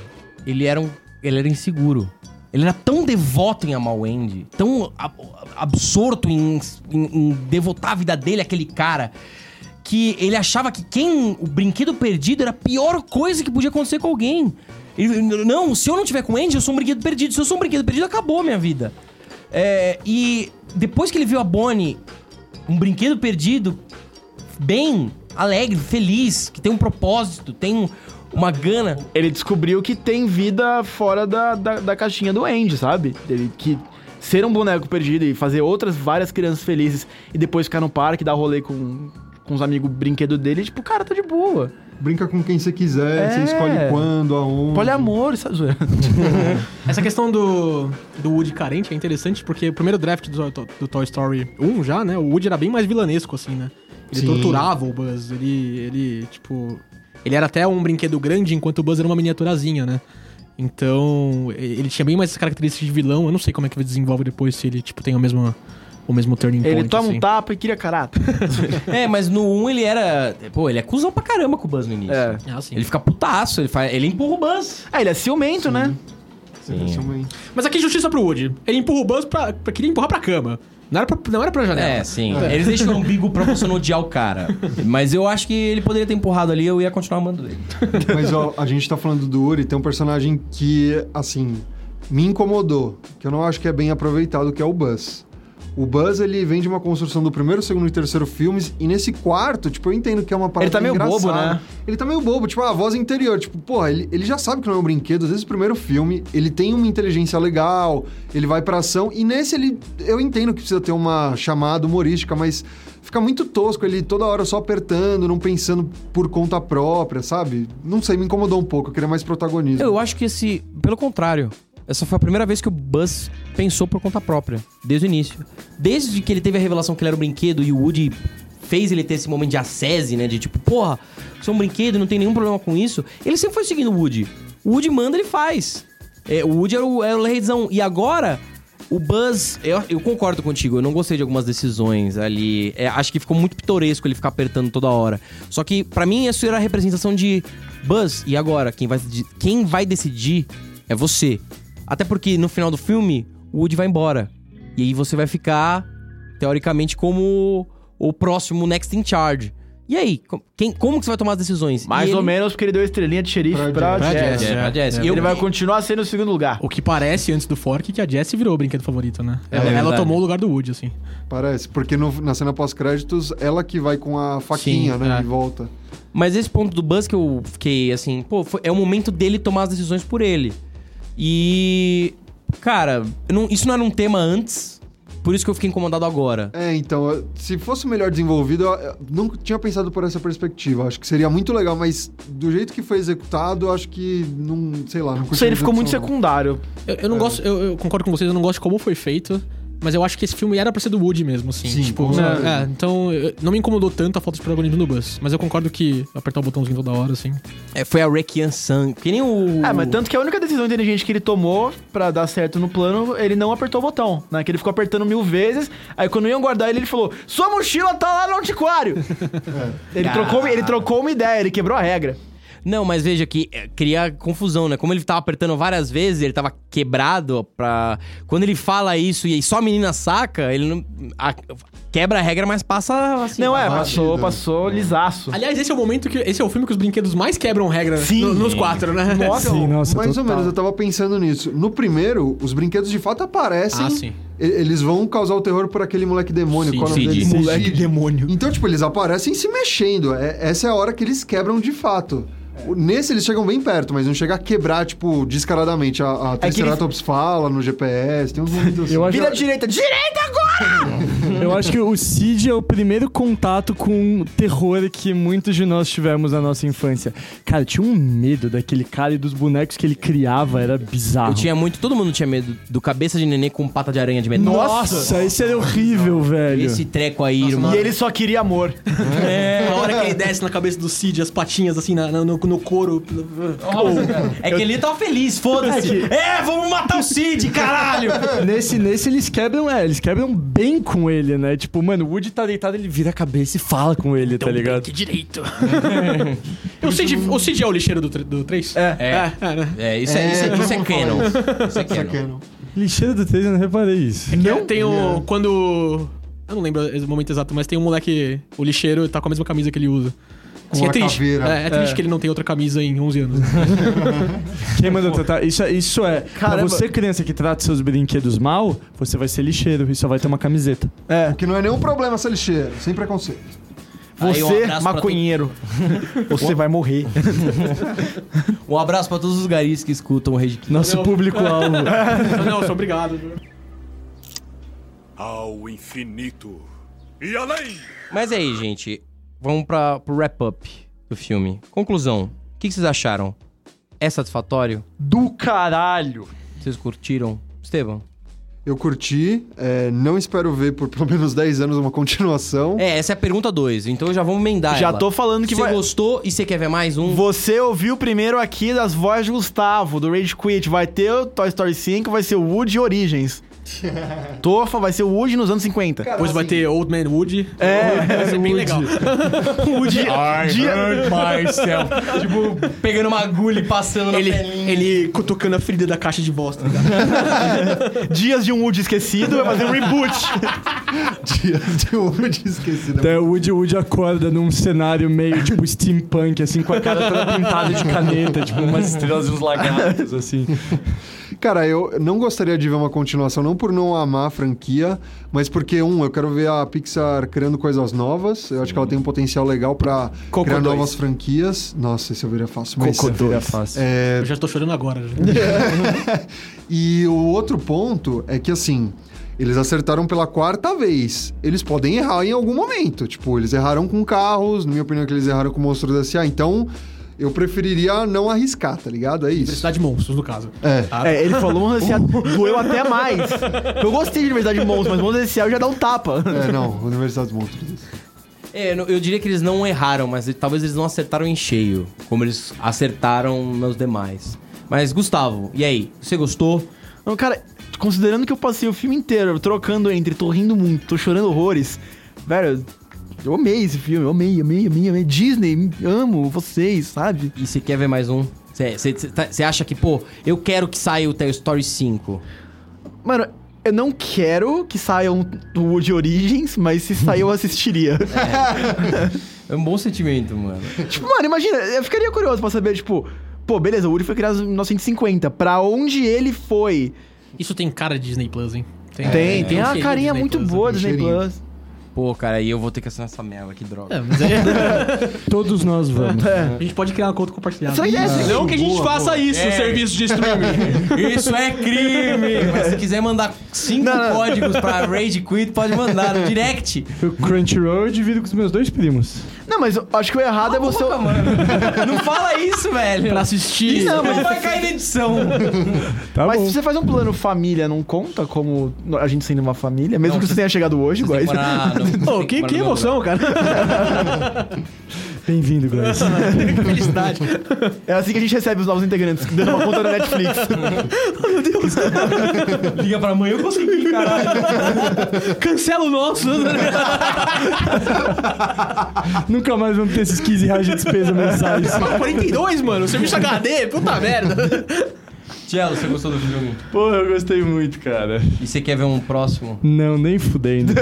Speaker 2: ele era um, ele era inseguro. Ele era tão devoto em amar o Andy, tão ab- absorto em, em- em devotar a vida dele àquele cara, que ele achava que quem o brinquedo perdido era a pior coisa que podia acontecer com alguém. Ele, não, se eu não tiver com o Andy, eu sou um brinquedo perdido. Se eu sou um brinquedo perdido, acabou a minha vida. É, e depois que ele viu a Bonnie um brinquedo perdido bem alegre, feliz, que tem um propósito, tem um- uma gana.
Speaker 5: ele descobriu que tem vida fora da, da, da caixinha do Andy, sabe? Ele, que ser um boneco perdido e fazer outras várias crianças felizes e depois ficar no parque, dar rolê com, com os amigos brinquedo dele, tipo, cara, tá de boa.
Speaker 6: Brinca com quem você quiser,
Speaker 5: É.
Speaker 6: você escolhe quando, aonde.
Speaker 5: Poliamor, sabe? zoeira?
Speaker 4: Essa questão do, do Woody carente é interessante porque o primeiro draft do, do Toy Story 1 já, né? O Woody era bem mais vilanesco, assim, né? Ele
Speaker 6: Sim.
Speaker 4: torturava o Buzz, ele, ele, tipo... Ele era até um brinquedo grande, enquanto o Buzz era uma miniaturazinha, né? Então, e- ele tinha bem mais essas características de vilão. Eu não sei como é que ele desenvolve depois, se ele, tipo, tem a mesma, o mesmo turning point,
Speaker 5: Ele toma
Speaker 4: assim.
Speaker 5: um tapa e cria caráter.
Speaker 2: É, mas no 1 ele era. Pô, ele é cuzão pra caramba com o Buzz no início.
Speaker 5: É.
Speaker 4: Ah, sim.
Speaker 2: Ele fica putaço, ele, faz, ele empurra o Buzz.
Speaker 5: Ah, ele é ciumento, né?
Speaker 6: Você pensa, mãe.
Speaker 4: Mas aqui justiça pro Woody. Ele empurra o Buzz pra... pra- Queria empurrar pra cama. Não era pra, Ah, não era pra janela.
Speaker 2: É, sim. Eles deixam o umbigo pra você não odiar o cara. Mas eu acho que ele poderia ter empurrado ali eu ia continuar amando ele.
Speaker 6: Mas ó, a gente tá falando do Uri, tem um personagem que, assim, me incomodou, que eu não acho que é bem aproveitado, que é o Buzz. O Buzz, ele vem de uma construção do primeiro, segundo e terceiro filmes, e nesse quarto, tipo, eu entendo que é uma parada
Speaker 5: Ele tá meio bobo,
Speaker 6: engraçada.
Speaker 5: né?
Speaker 6: Ele tá meio bobo, tipo, a voz interior, tipo, porra, ele, ele já sabe que não é um brinquedo, desde o primeiro filme, ele tem uma inteligência legal, ele vai pra ação, e nesse ele, eu entendo que precisa ter uma chamada humorística, mas fica muito tosco, ele toda hora só apertando, não pensando por conta própria, sabe? Não sei, me incomodou um pouco, eu queria mais protagonismo.
Speaker 2: Eu acho que esse. Pelo contrário. Essa foi a primeira vez que o Buzz pensou por conta própria, desde o início. Desde que ele teve a revelação que ele era um brinquedo e o Woody fez ele ter esse momento de acese, né? De tipo, porra, sou um brinquedo, não tem nenhum problema com isso. Ele sempre foi seguindo o Woody. O Woody manda, ele faz. É, o Woody era o, era o leizão. E agora, o Buzz, eu, eu concordo contigo, eu não gostei de algumas decisões ali. É, acho que ficou muito pitoresco ele ficar apertando toda hora. Só que, pra mim, isso era a representação de Buzz, e agora? Quem vai, de- quem vai decidir é você. Até porque no final do filme, o Woody vai embora. E aí você vai ficar, teoricamente, como o próximo Next in Charge. E aí, com- quem, como que você vai tomar as decisões?
Speaker 5: Mais
Speaker 2: E
Speaker 5: ou
Speaker 2: ele-
Speaker 5: menos porque ele deu estrelinha de xerife pra,
Speaker 6: Pra
Speaker 5: Jess.
Speaker 2: É, a Jess.
Speaker 5: Ele
Speaker 2: Eu-
Speaker 5: vai continuar sendo o segundo lugar.
Speaker 4: O que parece, antes do fork, é que a Jessie virou o brinquedo favorito, né? Ela, ela
Speaker 2: verdade.
Speaker 4: tomou o lugar do Woody, assim.
Speaker 6: Parece, porque no- na cena pós-créditos, ela que vai com a faquinha,
Speaker 4: Sim,
Speaker 6: né,
Speaker 4: é.
Speaker 6: e volta.
Speaker 2: Mas esse ponto do Buzz que eu fiquei assim, pô, foi- é o momento dele tomar as decisões por ele. E. Cara, eu não- isso não era um tema antes, por isso que eu fiquei incomodado agora.
Speaker 6: É, então, eu- se fosse melhor desenvolvido, eu- eu nunca tinha pensado por essa perspectiva. Acho que seria muito legal, mas do jeito que foi executado, eu acho que não, sei lá, não
Speaker 5: Não sei, ele ficou muito
Speaker 6: secundário.
Speaker 5: secundário.
Speaker 4: Eu, eu não gosto, eu, eu concordo com vocês, eu não gosto de como foi feito. Mas eu acho que esse filme era pra ser do Woody mesmo, assim.
Speaker 6: Sim,
Speaker 4: tipo,
Speaker 6: com certeza.
Speaker 4: é, é, então eu- não me incomodou tanto a falta de protagonismo do Buzz. Mas eu concordo que apertar o botãozinho toda hora, assim.
Speaker 2: É, foi a Rekian San, que nem o.
Speaker 5: É, mas tanto que a única decisão inteligente que ele tomou pra dar certo no plano, ele não apertou o botão, né? Que ele ficou apertando mil vezes, aí quando iam guardar ele, ele falou, sua mochila tá lá no antiquário! ele, trocou, ele trocou uma ideia, ele quebrou a regra.
Speaker 2: Não, mas veja que é, cria confusão, né? Como ele tava apertando várias vezes, ele tava quebrado pra. Quando ele fala isso e aí só a menina saca, ele não. a- quebra a regra, mas passa assim.
Speaker 5: não, é,
Speaker 6: batido.
Speaker 5: passou, passou lisaço.
Speaker 4: Aliás, esse é o momento que. Esse é o filme que os brinquedos mais quebram regra né?
Speaker 5: Sim.
Speaker 4: No- nos quatro, né?
Speaker 5: Nossa,
Speaker 3: Sim, nossa,
Speaker 6: Mais
Speaker 3: total.
Speaker 6: ou menos, eu tava pensando nisso. No primeiro, os brinquedos de fato aparecem.
Speaker 4: Ah, sim.
Speaker 6: E- Eles vão causar o terror por aquele moleque demônio.
Speaker 2: Sim,
Speaker 6: Qual é o nome
Speaker 2: Sid.
Speaker 6: dele?
Speaker 2: Sid.
Speaker 6: Sid. Então, tipo, eles aparecem se mexendo. É- essa é a hora que eles quebram de fato. O- Nesse eles chegam bem perto, mas não chega a quebrar, tipo, descaradamente. A, a
Speaker 5: eles-
Speaker 6: Triceratops fala no GPS, tem uns momentos assim.
Speaker 3: Eu acho,
Speaker 5: vira à direita, direita agora!
Speaker 3: eu acho que o Cid é o primeiro contato com o terror que muitos de nós tivemos na nossa infância. Cara, eu tinha um medo daquele cara e dos bonecos que ele criava, era bizarro.
Speaker 2: Eu tinha muito. Todo mundo tinha medo do cabeça de neném com pata de aranha de metal.
Speaker 3: Nossa, esse era horrível, velho.
Speaker 2: Esse treco aí, irmão.
Speaker 5: E ele só queria amor.
Speaker 6: É.
Speaker 4: Na hora que ele desce na cabeça do Cid, as patinhas assim na- na- no, no couro.
Speaker 2: É que ele tava feliz, foda-se. É, vamos matar o Cid, caralho!
Speaker 3: Nesse, nesse eles quebram, é, eles quebram bem com ele, né? Tipo, mano, o Woody tá deitado, ele vira a cabeça e fala com ele,
Speaker 5: Então
Speaker 3: tá ligado?
Speaker 4: Que direito. o, Cid, o Cid é o lixeiro do 3? É. É, é, né?
Speaker 2: É, isso é, isso é, isso é canon. Isso é canon.
Speaker 3: Lixeira do 3, eu não reparei isso.
Speaker 4: Não? Tem o. Quando. Eu não lembro o momento exato, mas tem um moleque. O lixeiro tá com a mesma camisa que ele usa. Assim, é
Speaker 6: a
Speaker 4: triste.
Speaker 6: caveira.
Speaker 4: É, é triste que ele não tem outra camisa em 11 anos.
Speaker 3: Quem mandou tratar? Isso, é- isso é. Pra
Speaker 5: Caramba.
Speaker 3: você, criança que trata seus brinquedos mal, você vai ser lixeiro e só vai ter uma camiseta.
Speaker 5: É,
Speaker 6: Que não é nenhum problema ser lixeiro, sem preconceito.
Speaker 2: Aí, um
Speaker 5: você,
Speaker 2: abraço pra
Speaker 5: maconheiro, você vai morrer.
Speaker 2: Um abraço pra todos os garis que escutam o Rede Kid.
Speaker 3: Nosso público-alvo.
Speaker 4: Nelson, obrigado.
Speaker 1: Ao infinito e além!
Speaker 2: Mas é aí, gente, vamos pra, pro wrap-up do filme. Conclusão. O que, que vocês acharam? É satisfatório?
Speaker 5: Do caralho.
Speaker 2: Vocês curtiram? Estevam?
Speaker 6: Eu curti, é, não espero ver por pelo menos 10 anos uma continuação.
Speaker 2: É, essa é a pergunta 2, então já vamos emendar
Speaker 5: Já
Speaker 2: ela.
Speaker 5: tô falando que
Speaker 2: Você
Speaker 5: vai...
Speaker 2: gostou e você quer ver mais um?
Speaker 5: Você ouviu primeiro aqui das vozes de Gustavo, do Rage Quit. Vai ter o Toy Story 5, vai ser o Woody Origins. Tofa vai ser o Woody nos anos 50.
Speaker 4: Depois vai ter Old Man Wood.
Speaker 5: É,
Speaker 4: vai ser bem legal.
Speaker 5: Woody.
Speaker 2: Ah.
Speaker 5: dia-
Speaker 2: Marcel. tipo, pegando uma agulha e passando
Speaker 4: Ele,
Speaker 2: na pelinha.
Speaker 4: ele cutucando a ferida da caixa de bosta.
Speaker 5: dias de um Woody esquecido, vai fazer um reboot.
Speaker 6: de, de Woody esquecida.
Speaker 3: Daí É, o Woody Woody acorda num cenário meio tipo steampunk, assim, com a cara toda pintada de caneta, tipo umas estrelas e uns lagartos, assim.
Speaker 6: Cara, eu não gostaria de ver uma continuação, não por não amar a franquia, mas porque, um, eu quero ver a Pixar criando coisas novas. Eu acho que ela tem um potencial legal pra
Speaker 4: Coco
Speaker 6: criar
Speaker 4: dois.
Speaker 6: novas franquias. Nossa, esse eu veria fácil. Mas,
Speaker 3: Seria fácil.
Speaker 6: é,
Speaker 4: Eu já tô chorando agora. já.
Speaker 6: E o outro ponto é que, assim, eles acertaram pela quarta vez. Eles podem errar em algum momento. Tipo, eles erraram com carros, na minha opinião, é que eles erraram com o monstro da S.A. Então, eu preferiria não arriscar, tá ligado? É isso.
Speaker 4: Universidade de Monstros, no caso.
Speaker 6: É.
Speaker 5: É, ele falou um racial, doeu até mais. Eu gostei de Universidade de Monstros, mas Monstros racial já dá um tapa.
Speaker 6: É, não, Universidade dos Monstros.
Speaker 2: É, eu não- eu diria que eles não erraram, mas e- talvez eles não acertaram em cheio, como eles acertaram nos demais. Mas, Gustavo, e aí? Você gostou?
Speaker 5: Não, cara, considerando que eu passei o filme inteiro trocando entre tô rindo muito, tô chorando horrores, velho, eu amei esse filme, eu amei, amei, amei, amei. Disney, amo vocês, sabe?
Speaker 2: E você quer ver mais um? Você- Você você tá- você acha que, pô, eu quero que saia o Toy Story 5?
Speaker 5: Mano, eu não quero que saiam do Woody Origins, mas se sair eu assistiria.
Speaker 2: É um bom sentimento, mano.
Speaker 5: tipo, mano, imagina, eu ficaria curioso pra saber, tipo, pô, beleza, o Woody foi criado em 1950, pra onde ele foi?
Speaker 4: Isso tem cara de Disney Plus, hein?
Speaker 5: tem, tem
Speaker 4: um
Speaker 5: uma
Speaker 4: cheirinho
Speaker 5: carinha
Speaker 4: de Disney
Speaker 5: muito
Speaker 4: Plus,
Speaker 5: boa
Speaker 4: né?
Speaker 5: do Disney
Speaker 6: cheirinho.
Speaker 5: Plus.
Speaker 2: Pô, cara, aí eu vou ter que assinar essa merda, que droga.
Speaker 4: É, mas é-
Speaker 3: Todos nós vamos.
Speaker 4: a gente pode criar um uma conta compartilhada.
Speaker 5: Será que é essa?
Speaker 7: Não que a gente faça isso,
Speaker 2: É.
Speaker 7: serviço de streaming.
Speaker 2: Isso é crime! Mas se quiser mandar cinco códigos pra Rage Quit, pode mandar no direct.
Speaker 3: O Crunchyroll eu divido com os meus dois primos.
Speaker 5: Não, mas eu acho que o errado é você.
Speaker 2: Não fala isso, velho!
Speaker 4: Pra assistir.
Speaker 2: Não, mas vai cair na edição.
Speaker 3: Tá
Speaker 5: Mas
Speaker 3: bom.
Speaker 5: se você faz um plano família, não conta como a gente sendo uma família? Mesmo que você tenha chegado hoje, Góis.
Speaker 4: Pô, que, que emoção, cara.
Speaker 3: Bem-vindo, Grace.
Speaker 4: Felicidade.
Speaker 5: É assim que a gente recebe os novos integrantes, dando uma conta na Netflix.
Speaker 2: Liga pra mãe, eu consegui, caralho.
Speaker 4: Cancela o nosso.
Speaker 3: Nunca mais vamos ter esses 15 reais de despesa mensais.
Speaker 4: 42, mano. Serviço HD, puta merda.
Speaker 2: Tchelo, você gostou do filme?
Speaker 3: Porra, eu gostei muito, cara.
Speaker 2: E você quer ver um próximo?
Speaker 3: Não, nem fudendo.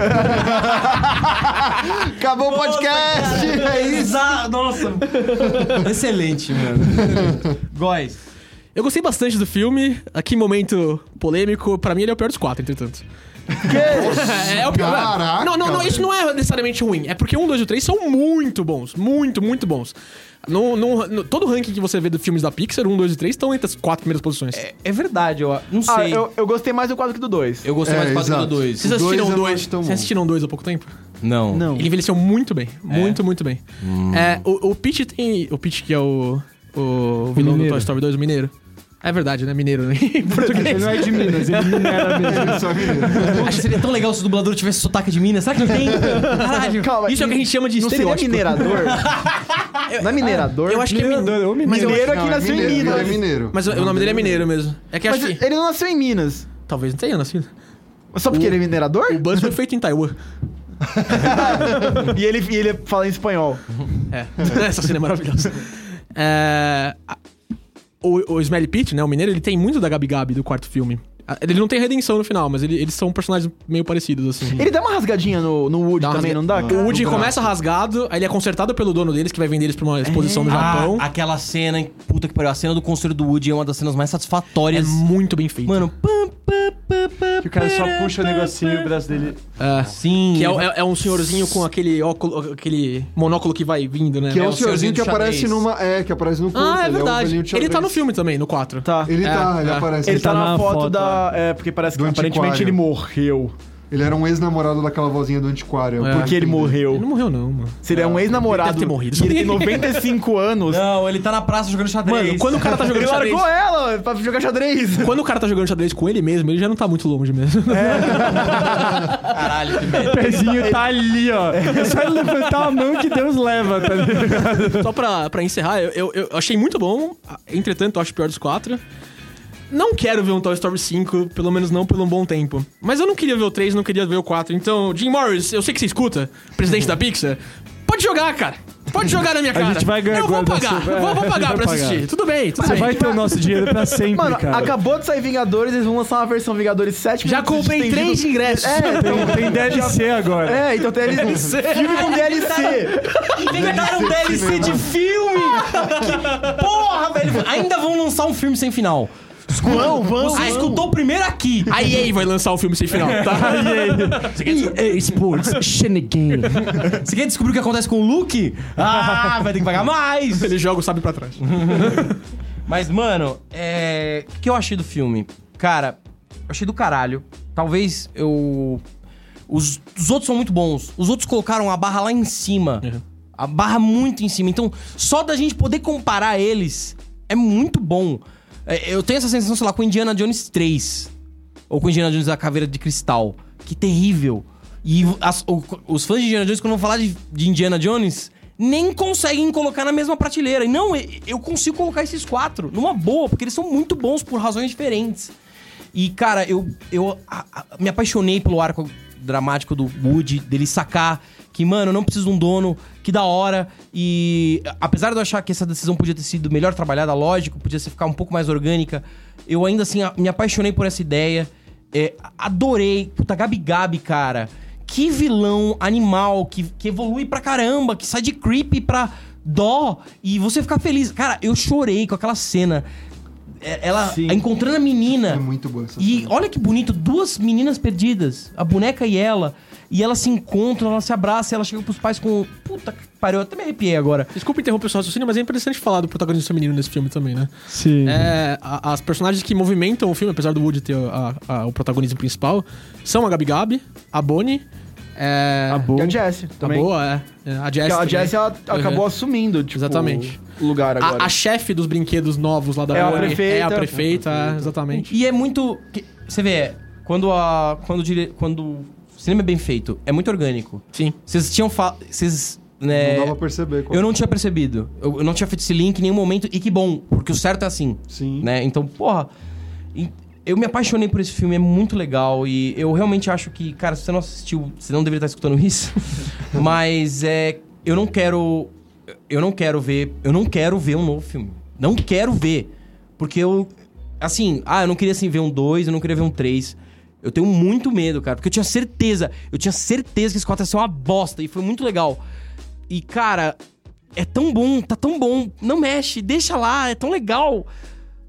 Speaker 6: Acabou o podcast! É isso!
Speaker 2: Exato, nossa. Excelente, mano. Góis.
Speaker 4: Eu gostei bastante do filme. Aqui, momento polêmico. Pra mim, ele é o pior dos quatro, entretanto. é, é o pior.
Speaker 6: Caraca,
Speaker 4: não, não, não, isso não é necessariamente ruim. É porque um, dois e o três são muito bons. Muito, muito bons. No, no- no- todo ranking que você vê dos filmes da Pixar, um, dois e três estão entre as quatro primeiras posições.
Speaker 2: É verdade, eu não sei.
Speaker 5: Ah,
Speaker 2: eu...
Speaker 5: eu, eu gostei mais do quadro que do 2.
Speaker 2: gostei mais
Speaker 6: É,
Speaker 2: do 4 do
Speaker 6: exato.
Speaker 2: 2.
Speaker 4: Vocês
Speaker 6: Dois
Speaker 4: assistiram
Speaker 6: eu
Speaker 4: dois?
Speaker 6: não acho tão
Speaker 4: Vocês
Speaker 6: bom.
Speaker 4: assistiram dois há pouco tempo?
Speaker 2: Não.
Speaker 5: Não.
Speaker 4: Ele envelheceu muito bem. Muito, muito bem. É, o, o Peach tem. O Peach, que é o. O vilão do
Speaker 3: mineiro.
Speaker 4: Toy Story 2, o mineiro. É verdade, né? Mineiro, né? Em português.
Speaker 3: Ele não é de Minas, ele minera mesmo.
Speaker 2: Poxa, seria tão legal se o dublador tivesse sotaque de Minas. Será que não tem? Caralho.
Speaker 5: Calma,
Speaker 4: Isso é o que a gente chama de
Speaker 5: Não seria
Speaker 4: estereótipo.
Speaker 5: minerador? não é minerador?
Speaker 4: Eu acho que é mineiro.
Speaker 3: Minerador, ô
Speaker 5: Mas
Speaker 3: mineiro.
Speaker 5: mineiro é que nasceu em
Speaker 6: Mineiro,
Speaker 5: Minas.
Speaker 6: ele é mineiro.
Speaker 4: Mas o o nome dele é mineiro mesmo. É que
Speaker 5: Mas
Speaker 4: acho que.
Speaker 5: ele não nasceu em Minas.
Speaker 4: Talvez não tenha nascido.
Speaker 5: Só porque ele é minerador?
Speaker 4: O Buzz foi feito em Taiwan.
Speaker 5: E ele, e ele fala em espanhol.
Speaker 4: É. Essa cena é maravilhosa. É, a- o, o Smelly Pete, né? O mineiro, ele tem muito da Gabi Gabi do quarto filme. A- Ele não tem redenção no final, mas ele- eles são personagens meio parecidos, assim.
Speaker 5: Ele dá uma rasgadinha no, no Woody
Speaker 4: Dá uma
Speaker 5: também,
Speaker 4: rasga-
Speaker 5: não dá?
Speaker 4: O Woody começa rasgado, aí ele é consertado pelo dono deles, que vai vender eles pra uma exposição no Japão. É
Speaker 2: Ah, aquela cena, hein? puta que pariu. A cena do conselho do Woody é uma das cenas mais
Speaker 4: É
Speaker 2: satisfatórias.
Speaker 4: muito bem feito.
Speaker 2: Mano, pam, pam, pam, pam,
Speaker 3: Que o cara só puxa o negocinho e o braço dele.
Speaker 4: É.
Speaker 2: Sim.
Speaker 4: Que é, o- é- é um senhorzinho com aquele óculo, aquele monóculo que vai vindo, né?
Speaker 6: Que é,
Speaker 2: É,
Speaker 6: o
Speaker 2: o
Speaker 6: senhorzinho
Speaker 2: senhorzinho
Speaker 6: que
Speaker 2: de
Speaker 6: aparece
Speaker 2: xadrez.
Speaker 6: numa. É, que aparece no curto.
Speaker 4: Ah, é
Speaker 6: ele o
Speaker 4: verdade.
Speaker 6: velhinho de
Speaker 4: ele tá no
Speaker 6: xadrez.
Speaker 4: filme também, no 4.
Speaker 5: Tá.
Speaker 6: Ele tá,
Speaker 4: É,
Speaker 6: ele
Speaker 4: é.
Speaker 6: aparece.
Speaker 5: Ele tá
Speaker 3: tá
Speaker 5: na
Speaker 3: na
Speaker 5: foto,
Speaker 3: foto
Speaker 5: da. É, porque parece que
Speaker 6: Do
Speaker 5: aparentemente
Speaker 6: antiquário.
Speaker 5: ele morreu.
Speaker 6: Ele era um ex-namorado daquela vozinha do antiquário. um
Speaker 4: É.
Speaker 5: Porque ele
Speaker 4: Ele
Speaker 5: morreu.
Speaker 4: não morreu, não, mano.
Speaker 5: Se ele é um ex-namorado.
Speaker 4: Ele deve ter morrido.
Speaker 5: E ele tem 95 anos.
Speaker 2: Não, ele tá na praça jogando xadrez.
Speaker 4: Mano, quando o cara tá
Speaker 5: Ele
Speaker 4: jogando xadrez.
Speaker 5: largou ela pra jogar xadrez.
Speaker 4: Quando o cara tá jogando xadrez com ele mesmo, ele já não tá muito longe mesmo.
Speaker 2: Caralho, que merda.
Speaker 3: O pezinho tá ali, ó. É só ele levantar a mão que Deus leva, tá ligado?
Speaker 4: Só pra, pra encerrar, eu, eu, eu achei muito bom. Entretanto, eu acho o pior dos quatro. Não quero ver um Toy Story 5, pelo menos não por um bom tempo. Mas eu não queria ver o 3, não queria ver o 4. Então, Jim Morris, eu sei que você escuta, presidente da Pixar, pode jogar, cara. Pode jogar na minha
Speaker 3: A
Speaker 4: cara.
Speaker 3: gente vai ganhar
Speaker 4: Eu vou
Speaker 3: guarda
Speaker 4: pagar.
Speaker 3: sua-
Speaker 4: Eu vou, vou
Speaker 3: É,
Speaker 4: pagar
Speaker 3: vai
Speaker 4: pra
Speaker 3: pagar.
Speaker 4: assistir. Tudo bem, tudo
Speaker 3: Você
Speaker 4: bem.
Speaker 3: vai ter o nosso dinheiro pra sempre,
Speaker 5: Mano,
Speaker 3: cara.
Speaker 5: acabou de sair Vingadores, eles vão lançar uma versão Vingadores 7.
Speaker 4: Já
Speaker 5: minutos
Speaker 4: comprei
Speaker 5: estendido.
Speaker 4: três ingressos.
Speaker 5: É, então,
Speaker 3: Tem, tem DLC agora.
Speaker 5: é, então tem DLC. Filme
Speaker 4: Tá
Speaker 5: com DLC.
Speaker 2: Inventaram um DLC de filme! Que porra, velho! Ainda vão lançar um filme sem final.
Speaker 4: Vão, vão.
Speaker 2: Você escutou primeiro aqui.
Speaker 4: A EA vai lançar o filme sem final, tá?
Speaker 3: EA Sports Shenanigan.
Speaker 2: Você quer descobrir o que acontece com o Luke? Ah, vai ter que pagar mais!
Speaker 4: Ele joga o sabre pra trás.
Speaker 2: Mas, mano, é. O que eu achei do filme? Cara, eu achei do caralho. Talvez eu. Os, os outros são muito bons. Os outros colocaram a barra lá em cima. A barra muito em cima. Então, só da gente poder comparar eles é muito bom. É, eu tenho essa sensação, sei lá, com Indiana Jones 3. Ou com Indiana Jones da Caveira de Cristal. Que terrível. E as- o- os fãs de Indiana Jones, quando vão falar de, de Indiana Jones, nem conseguem colocar na mesma prateleira. E não, e- eu consigo colocar esses quatro numa boa, porque eles são muito bons por razões diferentes. E, cara, eu, eu a- a- me apaixonei pelo arco dramático do Woody, dele sacar que, mano, eu não preciso de um dono, que da hora. E apesar de eu achar que essa decisão podia ter sido melhor trabalhada, lógico, podia ser ficar um pouco mais orgânica, eu ainda assim a- me apaixonei por essa ideia. É, adorei. Puta, Gabi Gabi, cara. Que vilão animal que, que evolui pra caramba, que sai de creepy pra dó e você ficar feliz. Cara, eu chorei com aquela cena. É, Ela encontrando a menina.
Speaker 6: É muito boa essa
Speaker 2: E
Speaker 6: cena.
Speaker 2: olha que bonito, duas meninas perdidas, a boneca e ela. E elas se encontram, elas se abraçam, elas chegam pros pais com. Puta que pariu, eu até me arrepiei agora.
Speaker 4: Desculpa interromper o seu raciocínio, mas é interessante falar do protagonista feminino nesse filme também, né?
Speaker 3: Sim.
Speaker 4: É, a- as personagens que movimentam o filme, apesar do Woody ter a- a- o protagonismo principal, são a Gabi Gabi, a Bonnie, é,
Speaker 3: Tá bom.
Speaker 5: E a Jessie
Speaker 4: a
Speaker 5: também.
Speaker 4: Boa, é, é, a Jess.
Speaker 5: Porque a
Speaker 4: também.
Speaker 5: Jessie, ela acabou
Speaker 4: Uhum.
Speaker 5: assumindo, tipo,
Speaker 4: Exatamente.
Speaker 5: o lugar agora.
Speaker 4: A, a chefe dos brinquedos novos lá da
Speaker 5: É a
Speaker 4: Bonnie é a
Speaker 5: prefeita.
Speaker 4: prefeita, é, exatamente.
Speaker 2: E é muito. que- Você vê, quando a. Quando, o dire- quando o cinema é bem feito, é muito orgânico.
Speaker 4: Sim.
Speaker 2: Vocês tinham. fa- Vocês.
Speaker 5: É,
Speaker 2: Né,
Speaker 6: Não dá pra perceber. qual-
Speaker 2: Eu não tinha percebido. Eu, eu não tinha feito esse link em nenhum momento. E que bom, porque o certo é assim.
Speaker 6: Sim.
Speaker 2: Né? Então, porra. e- Eu me apaixonei por esse filme, é muito legal. E eu realmente acho que, cara, se você não assistiu, você não deveria estar escutando isso. Mas é. Eu não quero. Eu não quero ver. Eu não quero ver um novo filme. Não quero ver. Porque eu. Assim, ah, eu não queria assim, ver um 2, eu não queria ver um 3. Eu tenho muito medo, cara. Porque eu tinha certeza. Eu tinha certeza que esse 4 ia ser uma bosta. E foi muito legal. E, cara, é tão bom, tá tão bom. Não mexe, deixa lá, é tão legal.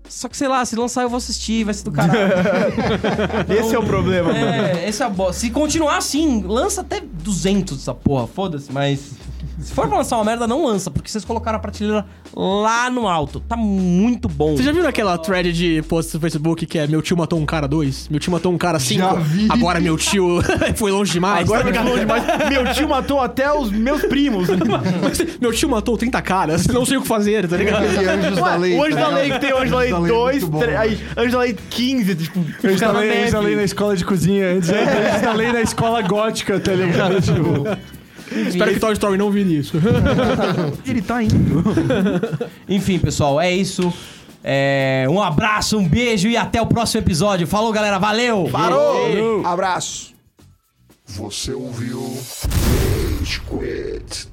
Speaker 2: Só que, sei lá, se lançar eu vou assistir, vai ser do caralho.
Speaker 5: Esse é o problema, mano.
Speaker 2: é, essa é a bosta. Se continuar assim, lança até 200 dessa porra, foda-se, mas... Se for pra lançar uma merda, não lança, porque vocês colocaram a prateleira lá no alto. Tá muito bom.
Speaker 4: Você já viu aquela thread de post no Facebook que é Meu tio matou um cara 2? Meu tio matou um cara 5?
Speaker 6: Já vi.
Speaker 4: Agora meu tio foi longe demais.
Speaker 5: Agora
Speaker 4: tá
Speaker 5: fica
Speaker 4: ligado?
Speaker 5: longe demais. Meu tio matou até os meus primos.
Speaker 4: Meu tio matou 30 caras, não sei o que fazer, tá ligado?
Speaker 6: Aquele Anjos da Lei.
Speaker 5: o Anjo
Speaker 6: tá
Speaker 5: da Lei que
Speaker 6: ligado?
Speaker 5: tem o Anjo da Lei
Speaker 6: Anjos da Lei é
Speaker 5: 2,
Speaker 6: muito bom,
Speaker 5: 3,
Speaker 6: mano.
Speaker 5: aí, Anjo da Lei 15, tipo,
Speaker 3: Eu
Speaker 5: fica na
Speaker 3: instalei, eu
Speaker 5: neve.
Speaker 3: instalei na escola de cozinha antes, eu instalei na escola gótica, tá ligado? Tipo,
Speaker 4: Espero que Toy Story não vire isso.
Speaker 5: Ele tá indo.
Speaker 2: Enfim, pessoal, é isso. É, um abraço, um beijo e até o próximo episódio. Falou, galera, valeu!
Speaker 1: Parou! Abraço!
Speaker 9: Você ouviu? Rage Quit.